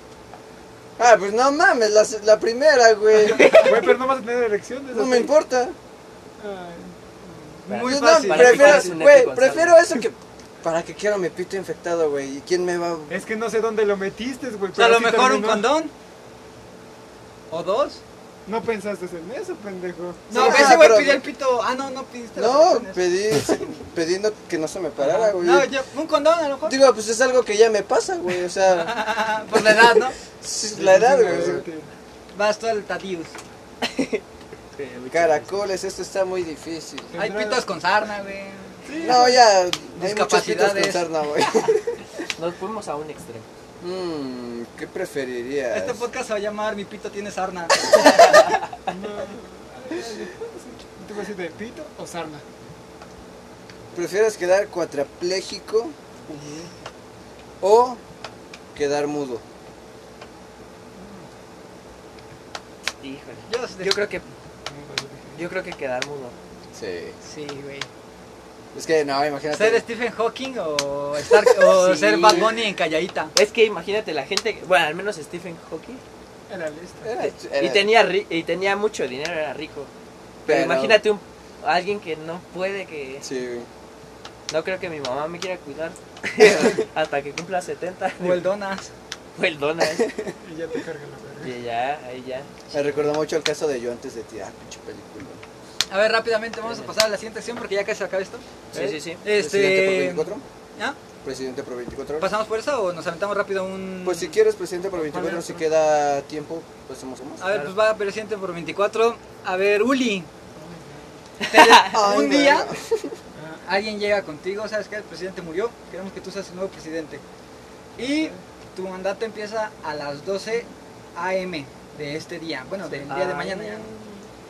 C: Ah, pues no mames, la, la primera, güey.
A: Güey, pero no vas a tener elecciones.
C: No me importa.
D: Para-
B: Muy
C: Yo no,
B: fácil.
D: para ti
C: prefiero,
D: pareces un
C: güey,
D: Epicón,
C: prefiero
D: ¿sabes?
C: eso que... ¿Para qué quiero mi pito infectado, güey? ¿Y quién me va...? a-
A: Es que no sé dónde lo metiste, güey.
B: O sea, a
A: pero
B: lo
A: sí
B: mejor un
A: terminó.
B: condón. O dos.
A: No pensaste en eso, pendejo.
B: No,
C: Sí,
B: ese
C: ah,
B: güey
C: pero-
B: pidió el pito. Ah, no, no pidiste las
C: No,
D: pues,
B: opciones.
C: pedí, pidiendo que no se me parara, güey.
B: No, yo, un condón a lo mejor.
C: Digo, pues es algo que ya me pasa, güey. O sea,
B: <laughs> Por la edad, ¿no?
C: es la edad, güey. o sea,
B: Vas tú al Tadius.
D: el-
C: Caracoles, esto está muy difícil.
B: Hay pitos con sarna, güey.
C: No, ya, hay muchos pitos
B: Discapacidades.
C: con sarna,
B: <laughs>
C: güey.
D: Nos fuimos a un extremo.
C: Mmm, ¿qué preferirías?
B: Este podcast se va a llamar Mi pito tiene sarna.
A: ¿Tú vas a decir de pito o sarna?
C: ¿Prefieres quedar cuadrapléjico o quedar mudo?
D: Híjole.
B: Yo,
D: Yo creo que, yo creo que quedar mudo.
C: Sí.
B: Sí, güey.
C: Es que, no, imagínate.
B: ¿Ser Stephen Hawking o, estar, o
D: Sí.
B: ser Bad Bunny en Calladita?
D: Es que imagínate la gente, bueno, al menos Stephen Hawking.
A: En la lista.
C: Era-
D: Y
C: era-
D: tenía, ri- y tenía mucho dinero, era rico. Pero,
C: Pero-
D: imagínate un, alguien que no puede, que
C: Sí, güey.
D: no creo que mi mamá me
B: <laughs>
D: quiera cuidar hasta que cumpla 70.
B: O el Donas.
D: O el Donald.
A: Y ya te carga la verga.
D: Y ya, ahí ya.
C: Me recordó mucho el caso de Yo antes de ti. Ah, pinche película.
B: A ver, rápidamente vamos a pasar a la siguiente sección porque ya casi se acaba esto.
D: Sí, sí, sí.
B: Este,
C: ¿Presidente por 24?
B: ¿ah?
C: ¿Presidente por 24 horas?
B: ¿Pasamos por eso o nos aventamos rápido un...?
C: Pues si quieres, presidente por 24, si queda tiempo, pues hacemos más.
B: A ver,
D: Claro.
B: pues va presidente por 24. A ver, Uli.
C: Ay,
B: Ah, <laughs> un
C: güey.
B: día Ah, alguien llega contigo, sabes que el presidente murió, queremos que tú seas el nuevo presidente. Y tu mandato empieza a las 12 a.m. de este día, bueno, del día de
D: Ah,
B: mañana ya.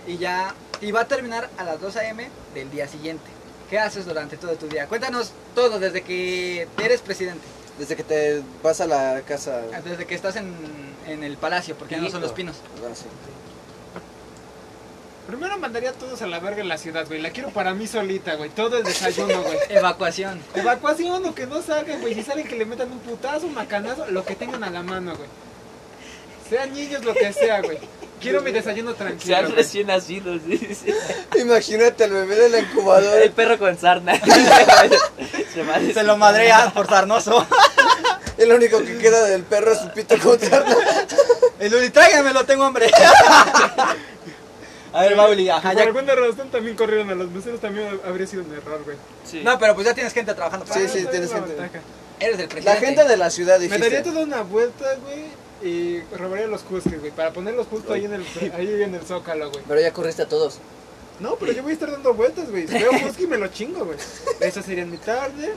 B: Y ya y va a terminar a las 12 a.m. del día siguiente. ¿Qué haces durante todo tu día? Cuéntanos todo desde que eres presidente,
C: Desde que te vas a la casa.
B: desde que estás en, en el palacio, porque ya no son los pinos.
C: bueno, sí.
A: Primero mandaría a todos a la verga en la ciudad, güey. La quiero para mí solita, güey. Todo el desayuno, güey.
B: Evacuación.
A: Evacuación o que no salgan, güey. Si salen que le metan un putazo, un macanazo, lo que tengan a la mano, güey. Sean niños, lo que sea, güey. Quiero mi desayuno
D: Se
A: tranquilo.
D: han
A: güey.
D: recién nacidos, dice.
C: Imagínate el bebé de la incubadora.
B: <laughs>
D: El perro con sarna. Se va a
B: Se lo madrea por sarnoso.
C: El único que queda del perro es su pito con sarna.
B: <laughs> El Uli, tráiganmelo, tengo
C: <laughs>
B: hambre. A ver, va Uli, ajá,
A: Por
B: ya-
A: alguna razón también corrieron a los meseros, también habría sido un error, güey.
D: Sí.
B: No, pero pues ya tienes gente trabajando. para
C: Sí,
B: ti.
C: sí,
A: esa
C: tienes
A: es la
C: gente.
A: ventaja.
B: Eres el
C: La
B: presidente.
C: gente de la ciudad,
A: Me daría
C: dijiste.
A: toda una vuelta, güey, y robaría los huskies, güey, para ponerlos justo ahí en el, ahí en el zócalo, güey.
C: Pero ya corriste a todos.
A: No, pero yo voy a estar dando vueltas, güey. Si
D: <laughs>
A: veo husky me lo chingo, güey. Esa sería mi tarde.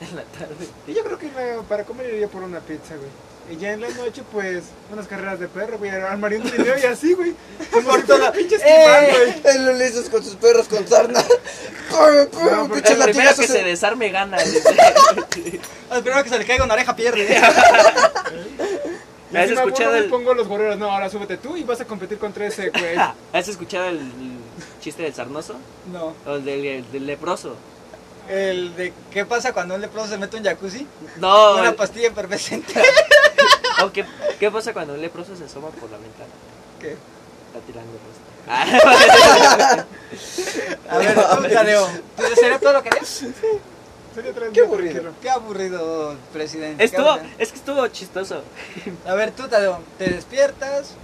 D: En la tarde.
A: Y yo creo que me- para comer iría por una pizza, güey. Y ya en la noche, pues, unas carreras de perro, güey. Armaría un trineo y así, güey. Como por toda la pinche esquimal,
D: ¡Eh!
A: güey.
C: El Ulises con sus perros con sarna. Pum, pum,
A: No, porque
C: pinche
D: El primero
C: latigazo
D: que
C: se-
D: se desarme gana. dice.
B: El primero que se le caiga una oreja
D: <laughs>
B: pierde.
A: Y
D: ¿Has
A: si me aburro,
D: escuchado
A: güey,
D: el-
A: pongo los gorreros. No, ahora súbete tú y vas a competir contra ese,
D: <laughs>
A: güey.
D: ¿Has escuchado el chiste del sarnoso?
B: No.
D: ¿O el del, el del leproso?
B: El de qué pasa cuando un leproso se mete un jacuzzi.
D: No,
B: Una
D: el-
B: pastilla efervescente.
D: <laughs> o ¿qué, qué pasa cuando un leproso se asoma por la ventana?
B: ¿Qué?
D: Está tirando rostro.
B: A ver, tú, Tadeo. ¿tú ¿Sería Pues, todo lo que harías?
A: Sería tres
C: Qué
A: días
C: aburrido.
A: tranquilo.
B: Qué aburrido, presidente. qué
D: <laughs> estuvo,
B: aburrido.
D: es que estuvo chistoso.
B: A ver, tú, Tadeo, te despiertas.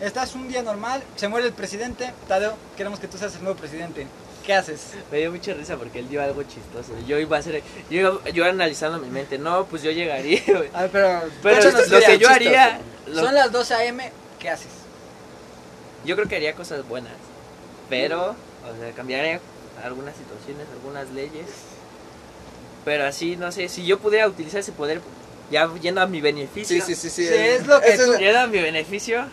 B: Estás un día normal, se muere el presidente. Tadeo, queremos que tú seas el nuevo presidente. ¿Qué haces?
D: Me dio mucha risa porque él dio algo chistoso. Yo iba a hacer. Yo, iba- yo iba analizando mi mente. No, pues yo llegaría, <laughs> güey.
B: A ver, pero.
D: Pero
B: Échanos
D: lo
B: idea,
D: que yo
B: chistoso.
D: haría. lo-
B: Son las 12 a.m. ¿Qué haces?
D: Yo creo que haría cosas buenas. Pero, o sea, cambiaría algunas situaciones, algunas leyes. Pero así, no sé. Si yo pudiera utilizar ese poder, ya yendo a mi beneficio.
C: Sí, sí, sí, sí.
B: Sí, es lo que
C: esa la-
D: Yendo a mi beneficio.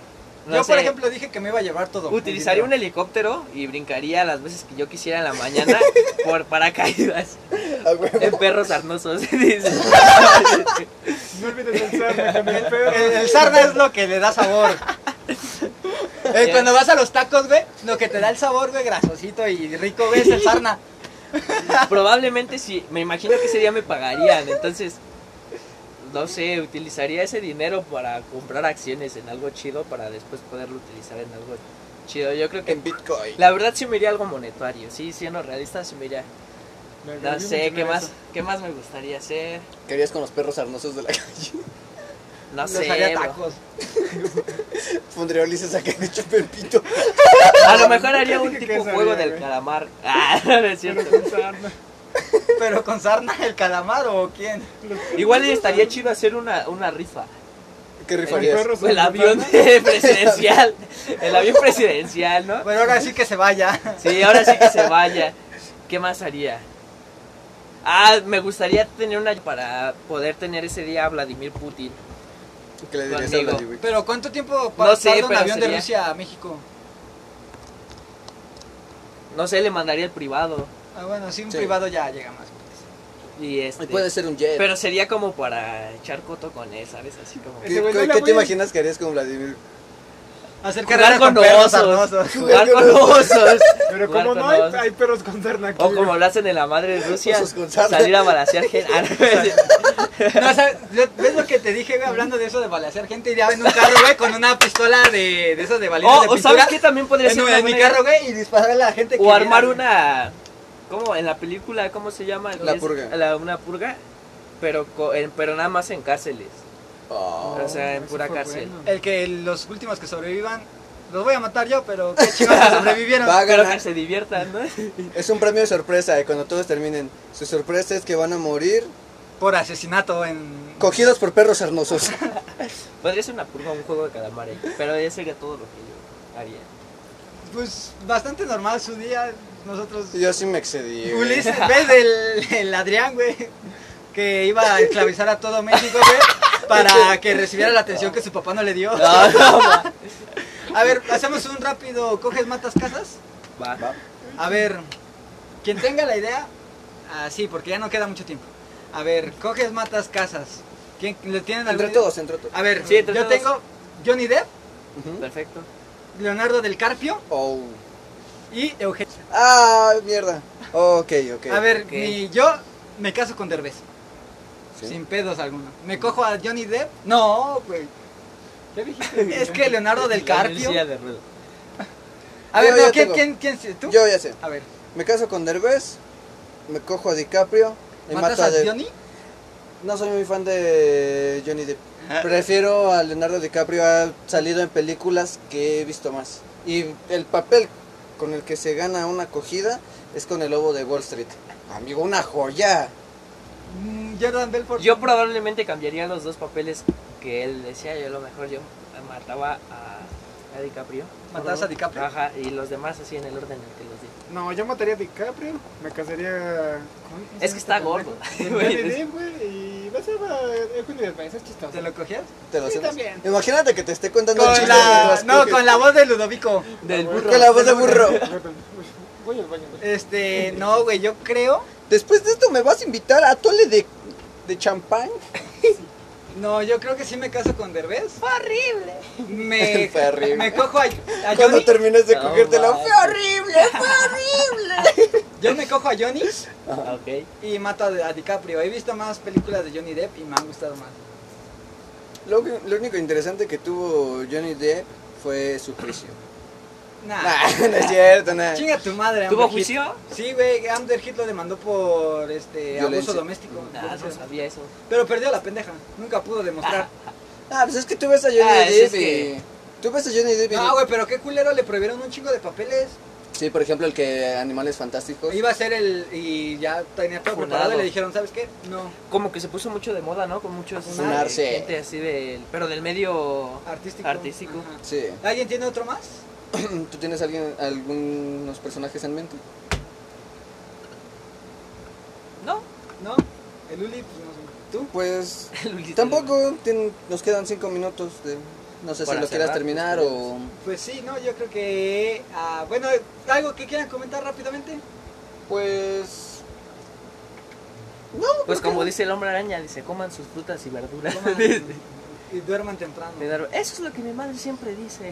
D: no
B: yo, por
D: sé,
B: ejemplo, dije que me iba a llevar todo.
D: Utilizaría un
B: El dinero.
D: helicóptero y brincaría las veces que yo quisiera en la mañana por paracaídas
C: a Ah, huevo.
D: en perros arnosos. <laughs> dice.
A: No olvides el sarna con el
D: <laughs>
A: perro.
B: El, el sarna es lo que le da sabor. Eh,
D: Ya.
B: cuando vas a los tacos, güey, lo que te da el sabor, güey, grasosito y rico, güey, es el
D: <laughs>
B: sarna.
D: Probablemente sí, me imagino que ese día me pagarían, entonces no sé, utilizaría ese dinero para comprar acciones en algo chido para después poderlo utilizar en algo chido. Yo creo que
C: En Bitcoin.
D: la verdad sí me iría algo monetario, sí, siendo realista sí me iría.
A: Me
D: No
A: agradó
D: sé
A: mucho
D: qué
A: ver
D: más,
A: eso.
D: qué más me gustaría hacer.
C: Querías con los perros arnosos de la calle.
D: No
B: Los
D: sé.
B: haría
D: bro.
B: tacos.
C: <laughs> Pondría a Ulises acá de Pepito.
D: A lo mejor haría un
A: <laughs> ¿Qué
D: tipo
A: sabía,
D: juego del
A: güey?
D: calamar. <laughs> Ah, no
A: Pero
D: es cierto.
A: con sarna.
B: Pero con sarna, el calamar o quién?
D: Igual estaría chido hacer una, una rifa.
C: ¿Qué
A: Con
C: rifarías?
A: perros
D: El avión
A: sarna.
D: <laughs> presidencial. El avión presidencial, ¿no?
B: Pero ahora sí que se vaya.
D: Sí, ahora sí que se vaya. ¿Qué más haría? Ah, me gustaría tener una para poder tener ese día a Vladimir Putin.
C: ¿Qué le dirías a
D: Conmigo.
C: Vladimir?
B: Pero ¿cuánto tiempo pa-
D: No sé,
B: tarda un
D: pero
B: avión de
D: sería-
B: Rusia a México?
D: No sé, le mandaría el privado
B: Ah, bueno, sí, un
C: Sí.
B: privado ya llega más.
D: y este.
C: Puede ser un jet.
D: Pero sería como para echar coto con él, ¿sabes? Así como
C: ¿Qué,
A: Ese güey no
C: qué-
A: la
C: qué te
A: voy a-
C: imaginas que harías con Vladimir?
B: Hacer
D: jugar
B: carrera
D: con,
B: perros
D: osos, <laughs>
B: sarnosos.
D: jugar
B: <laughs>
D: con osos.
A: Pero
D: jugar
A: como
D: con
A: no hay,
D: osos.
A: hay perros con sarna aquí.
D: O como lo hacen en la madre de Rusia,
C: Osos con sarna.
D: salir a balasear
B: <laughs>
D: gente. Ah,
B: No, o sea, yo- ¿ves lo que te dije, güey? Hablando de eso de balasear gente, iría en un carro, güey, con una pistola de, de esas de
D: no.
B: balines
D: O,
B: de
D: Oh, o
B: pintura.
D: sabes que también podría
B: en,
D: ser una
B: en mi
D: buena idea?
B: carro, güey, y dispararle a la gente que
D: O armar
B: viera, güey.
D: una. ¿Cómo? En la película, ¿cómo se llama?
C: La purga.
D: la- una purga, pero, co- en- pero nada más en cárceles.
C: Oh.
D: o sea, en
A: eso
D: pura
A: fue
D: cárcel.
A: bueno.
B: El que los últimos que sobrevivan, los voy a matar yo, pero qué chingados que sobrevivieron.
C: <laughs> Va a
D: Pero
C: ganar.
D: que se diviertan, ¿no? <laughs>
C: Es un premio de sorpresa. Y cuando todos terminen, su sorpresa es que van a morir
B: Por asesinato en...
C: cogidos por perros arnosos.
D: Podría ser una purga, un juego de calamares, pero ya sería todo lo que yo haría.
B: Pues bastante normal su día, nosotros...
C: Yo sí me excedí. güey.
B: Ulises, ¿ves? El, el Adrián, güey, que iba a esclavizar a todo México, güey, para que recibiera la atención que su papá no le dio.
D: No, no, va.
B: A ver, hacemos un rápido, coges, matas, casas.
D: Va.
B: A ver, quien tenga la idea, así, porque ya no queda mucho tiempo. A ver, coges, matas, casas. ¿Quién le tienen
C: Entre
B: alguna-
C: todos, entre todos.
B: A ver,
D: Sí, entre
B: yo
D: todos.
B: tengo Johnny Depp,
C: Ujú.
D: Perfecto.
B: Leonardo del Carpio
C: Oh.
B: y Eugenio.
C: Ah, mierda. Ok, ok.
B: A ver,
D: ok.
B: mi- yo me caso con Derbez,
C: Sí.
B: sin pedos alguno. Me cojo a Johnny Depp. No,
C: <laughs>
B: güey.
A: ¿Qué dijiste?
B: Es que
D: <laughs>
B: Leonardo del
D: La
B: Carpio.
D: silla de ruedas.
B: A ver,
C: Yo
B: no,
C: ya
B: ¿quién,
C: tengo.
B: quién, quién, sí, tú?
C: Yo ya sé.
B: A ver,
C: Me caso con Derbez, me cojo a DiCaprio y
B: ¿matas
C: mato a
B: a
C: Depp.
B: Johnny?
C: No soy muy fan de Johnny Depp.
B: Ah.
C: Prefiero a Leonardo DiCaprio. Ha salido en películas que he visto más. Y el papel con el que se gana una acogida es con el lobo de Wall Street. Amigo, una joya.
B: Mm, Jordan Belfort.
D: Yo probablemente cambiaría los dos papeles que él decía. Yo a lo mejor yo mataba a, a DiCaprio.
B: ¿Matabas a DiCaprio?
D: Ajá, y los demás así en el orden en el que los di.
A: Eh, No, yo mataría a DiCaprio, me casaría con...
D: Es que está gordo. <laughs>
A: Con Johnny Depp, güey, y vas a ver Eugenio Derbez, es chistoso.
B: ¿Te lo cogías?
C: Te lo
A: Sí,
C: cenas.
A: también.
C: Imagínate que te esté contando el
B: Con
C: chiste
B: la,
C: mientras
B: no,
C: coges.
B: con la voz de Ludovico.
D: Del burro.
C: Con la voz de burro.
A: Perdón, Voy al baño. güey.
B: Este, no, güey, yo creo.
C: Después de esto me vas a invitar a tole de, de champán.
B: No, yo creo que sí me caso con Derbez.
C: <laughs>
B: Fue horrible.
C: Fue
B: Me,
C: horrible.
B: me cojo a, a
C: Cuando
B: Johnny.
C: termines de
D: No
C: cogértelo,
D: manches.
C: fue horrible, fue horrible.
B: Yo me cojo a Johnny
D: Ah, Ok.
B: y mato a, a DiCaprio. He visto más películas de Johnny Depp y me han gustado más.
C: Lo, lo único interesante que tuvo Johnny Depp fue su juicio.
B: Nah.
D: Ah.
C: Nah, <laughs> no es cierto, nah.
B: Chinga tu madre,
D: ¿Tuvo
B: Amber
D: juicio?
B: Heard. Sí, güey, Amber Heard lo demandó por este abuso
C: Violencia.
B: doméstico.
D: Nah, no
B: Entonces,
D: sabía eso.
B: Pero perdió la pendeja, nunca pudo demostrar.
C: Ah, pues es que tú ves a Johnny
D: Ah, eso
C: Depp
D: es que-
C: y... Tú ves a Johnny Depp y...
B: No, güey, pero qué culero le prohibieron un chingo de papeles.
C: Sí, por ejemplo, el que Animales Fantásticos.
B: Iba a ser el. Y ya tenía todo
D: Funado.
B: preparado y le dijeron, ¿sabes qué? No.
D: Como que se puso mucho de moda, ¿no? Con muchos eh,
C: Funarse.
D: gente así del, pero del medio
B: Artístico.
D: Artístico.
B: Ajá.
C: Sí. <clears throat>
B: ¿Alguien tiene otro más?
C: ¿Tú tienes alguien, algunos personajes en mente?
D: No. <laughs>
B: ¿No? ¿El Uli? Pues no sé. ¿Tú?
C: Pues
D: el Ulises.
C: tampoco, ten- nos quedan cinco minutos de... No sé
D: Para
C: si lo quieras
D: cerrar,
C: terminar
D: pues,
C: o...
B: Pues sí, no, yo creo que. ah, bueno, ¿algo que quieran comentar rápidamente?
C: Pues...
D: Pues como dice el hombre araña, dice, coman sus frutas y verduras. <laughs>
B: Coman
C: <laughs>
B: y duerman temprano.
D: Me da- Eso es lo que mi madre siempre dice.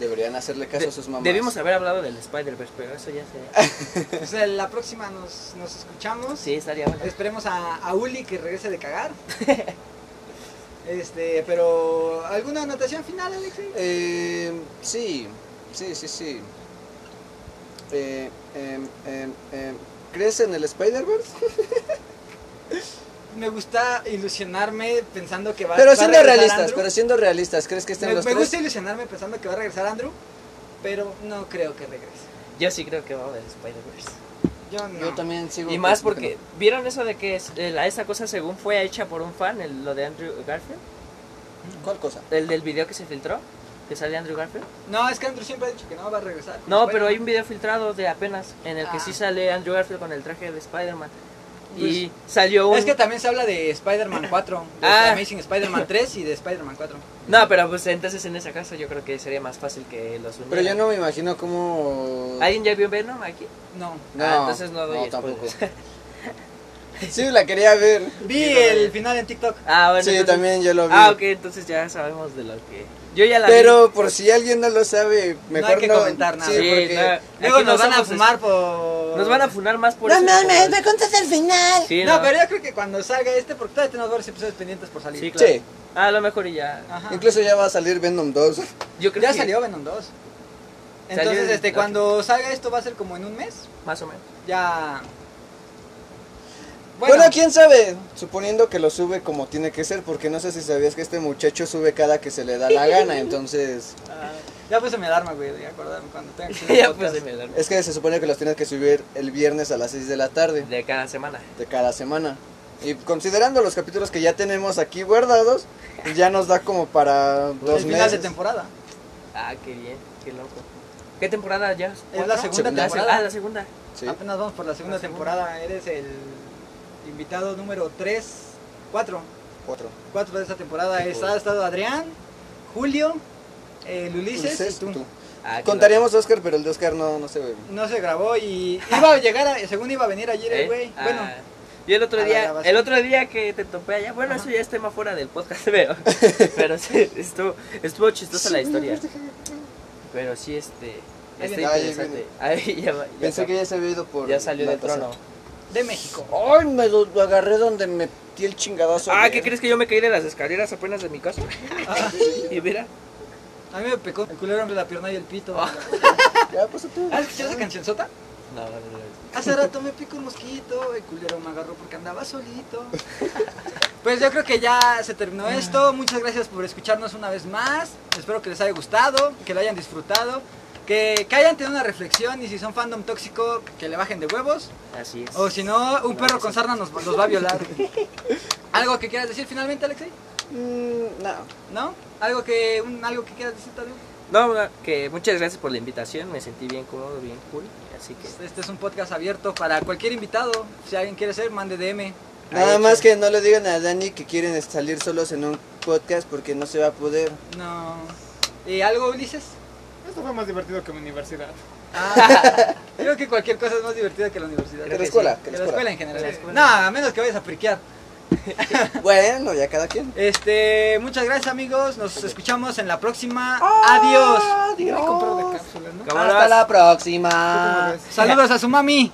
C: Deberían hacerle caso a sus mamás.
D: Debimos haber hablado del Spider-Verse, pero eso ya
C: <laughs>
D: se...
B: O sea, la próxima nos, nos escuchamos.
D: Sí, estaría bueno.
B: Esperemos a, a Uli que regrese
C: <laughs>
B: de cagar. este, pero. ¿Alguna anotación final, Alexis?
C: Eh, sí, sí, sí, sí. Eh, em, em, em, ¿Crees en el Spider-Verse?
B: Me gusta ilusionarme pensando que va, va
C: Pero
B: a
C: siendo
B: regresar
C: realistas,
B: Andrew.
C: pero siendo realistas, ¿crees que estén
B: Me,
C: los
B: me
C: tres?
B: gusta ilusionarme pensando que va a regresar Andrew, pero no creo que regrese.
D: Yo sí creo que va a haber Spider-Verse.
B: Yo no.
C: Yo también sigo.
D: Y más
C: pensando que
D: porque, ¿vieron eso de que es- eh, la- esa cosa según fue hecha por un fan, el- lo de Andrew Garfield?
C: no. ¿Cuál cosa?
D: El del video que se filtró, que sale Andrew Garfield.
B: No, es que Andrew siempre ha dicho que no va a regresar.
D: No,
B: Bueno,
D: pero hay un video filtrado de apenas, en el que
B: Ah.
D: sí sale Andrew Garfield con el traje de Spider-Man. y
B: Pues,
D: salió un...
B: Es que también se habla de Spider-Man 4, de
D: Ah.
B: Amazing Spider-Man 3 y de Spider-Man 4.
D: No, pero pues entonces en ese caso yo creo que sería más fácil que los unieran.
C: Pero yo no me imagino cómo.
D: ¿Alguien ya vio Venom aquí?
B: No.
C: No,
D: Ah, entonces no doy
C: tampoco.
D: spoilers.
C: Sí, la quería ver.
B: Vi
D: Yo <laughs> no la
B: el
D: vi.
B: final en TikTok.
D: Ah, bueno.
C: sí,
D: entonces-
C: también yo lo vi.
D: Ah, ok, entonces ya sabemos de lo que... Yo ya la vi.
C: Pero por si alguien no lo sabe, mejor no.
B: hay que comentar nada.
C: Sí,
D: Sí,
C: porque-
D: no, aquí
B: Luego
D: no
B: nos van a
D: somos-
B: fumar por...
D: Nos van a funar más por
C: No
D: eso. que por
C: mames,
D: el-
C: me contas el final.
D: Sí,
B: No, pero yo creo que cuando salga este, porque todavía tenemos varios episodios pendientes por salir.
D: Sí, claro.
C: Sí,
D: Ah, a lo mejor y ya.
B: Ajá.
C: incluso ya va a salir Venom 2.
D: Yo creo
B: Ya
D: que
B: salió Venom 2.
D: Salió
B: Entonces,
D: el-
B: este, cuando salga esto va a ser como en un mes.
D: Más o menos.
B: Ya...
C: Bueno, quién sabe, suponiendo que lo sube como tiene que ser, porque no sé si sabías que este muchacho sube cada que se le da la
D: <laughs>
C: gana, entonces
B: ah, Ya puse mi alarma, güey, de acordarme cuando
D: <laughs>
B: tenga que hacer el
D: ya
B: podcast.
D: pues de melón.
C: es que se supone que los tienes que subir el viernes a las 6 de la tarde
D: De cada semana.
C: de cada semana. Y considerando los capítulos que ya tenemos aquí guardados, ya nos da como para
D: Pues,
B: El
C: dos
B: final de
C: meses.
B: temporada.
D: Ah, qué bien, qué loco. ¿Qué temporada ya?
B: Es
D: ¿Cuatro?
B: la segunda
C: Segunda.
B: temporada.
D: Ah, la segunda.
C: Sí.
B: Apenas vamos por la segunda
D: La segunda.
B: temporada. Eres el invitado número 3, 4.
C: Cuatro.
B: 4 de esta temporada.
C: Sí,
B: Es-
C: por-
B: ha estado Adrián, Julio, el Ulises,
C: Ulises,
B: y tú.
C: tú.
D: Ah, qué
C: Contaríamos a Oscar, pero el de Oscar no, no se ve.
B: No se grabó y iba a llegar, a- según iba a venir ayer
D: loco.
B: el
D: ¿Eh?
B: güey.
D: Ah,
B: Bueno,
D: Yo el otro
B: a la
D: día,
B: grabación.
D: el otro día que te topé allá, bueno,
B: Ajá.
D: eso ya es tema fuera del podcast, <laughs>
B: <laughs>
D: pero, pero sí, estuvo, estuvo chistosa la historia. Pero sí, este,
B: Ahí
D: está
B: viene.
C: Ahí
D: interesante.
C: viene.
D: <laughs> Ahí ya, va- ya
C: Pensé
D: sa-
C: que ya se había ido por
D: ya salió
C: la
D: del
C: taza.
D: trono.
B: de México.
C: Ay, me lo lo agarré donde metí el chingadazo.
D: Ah,
C: güey.
D: ¿qué crees que yo me caí de las escaleras apenas de mi casa? <laughs>
B: Ah,
D: Y mira,
B: a mí me pecó el culero entre la pierna y el pito.
D: Ah.
C: Ya, pasa tú.
B: ¿Has escuchado esa cancionzota?
D: no, no, no, no.
B: Hace rato me picó un mosquito, el culero me agarró porque andaba solito. Pues yo creo que ya se terminó
C: Ah.
B: esto. Muchas gracias por escucharnos una vez más. Espero que les haya gustado, que lo hayan disfrutado, que, que hayan tenido una reflexión y si son fandom tóxico, que le bajen de huevos.
D: Así es.
B: O si no, un perro con sarna nos los va a violar. ¿Algo que quieras decir finalmente, Alexei?
C: Mm, no.
B: ¿No? ¿Algo que, un- algo que quieras decir, Tadeo?
D: No, no, que muchas gracias por la invitación, me sentí bien cómodo, bien cool, así que...
B: Este es un podcast abierto para cualquier invitado. Si alguien quiere ser, mande DM.
C: Nada
D: hecho.
C: más que no le digan a Dani que quieren salir solos en un podcast porque no se va a poder.
B: No. ¿Y algo, Ulises?
A: Esto fue más divertido que mi universidad.
B: Ah, creo que cualquier cosa es más divertida que la universidad.
C: Que
D: Creo
C: la
D: que
C: escuela,
D: sí,
B: Que
C: que
B: la escuela en
D: La
B: general. No,
D: escuela.
B: a menos que vayas a priquear.
C: Bueno, ya cada quien.
B: Este, muchas gracias amigos. Nos escuchamos en la próxima.
D: ¡Oh!
B: Adiós.
A: Voy a comprar de cápsulas, ¿no?
B: Ah,
D: Cámaras.
C: Hasta la próxima.
A: ¿Tú cómo ves?
B: Saludos a su mami.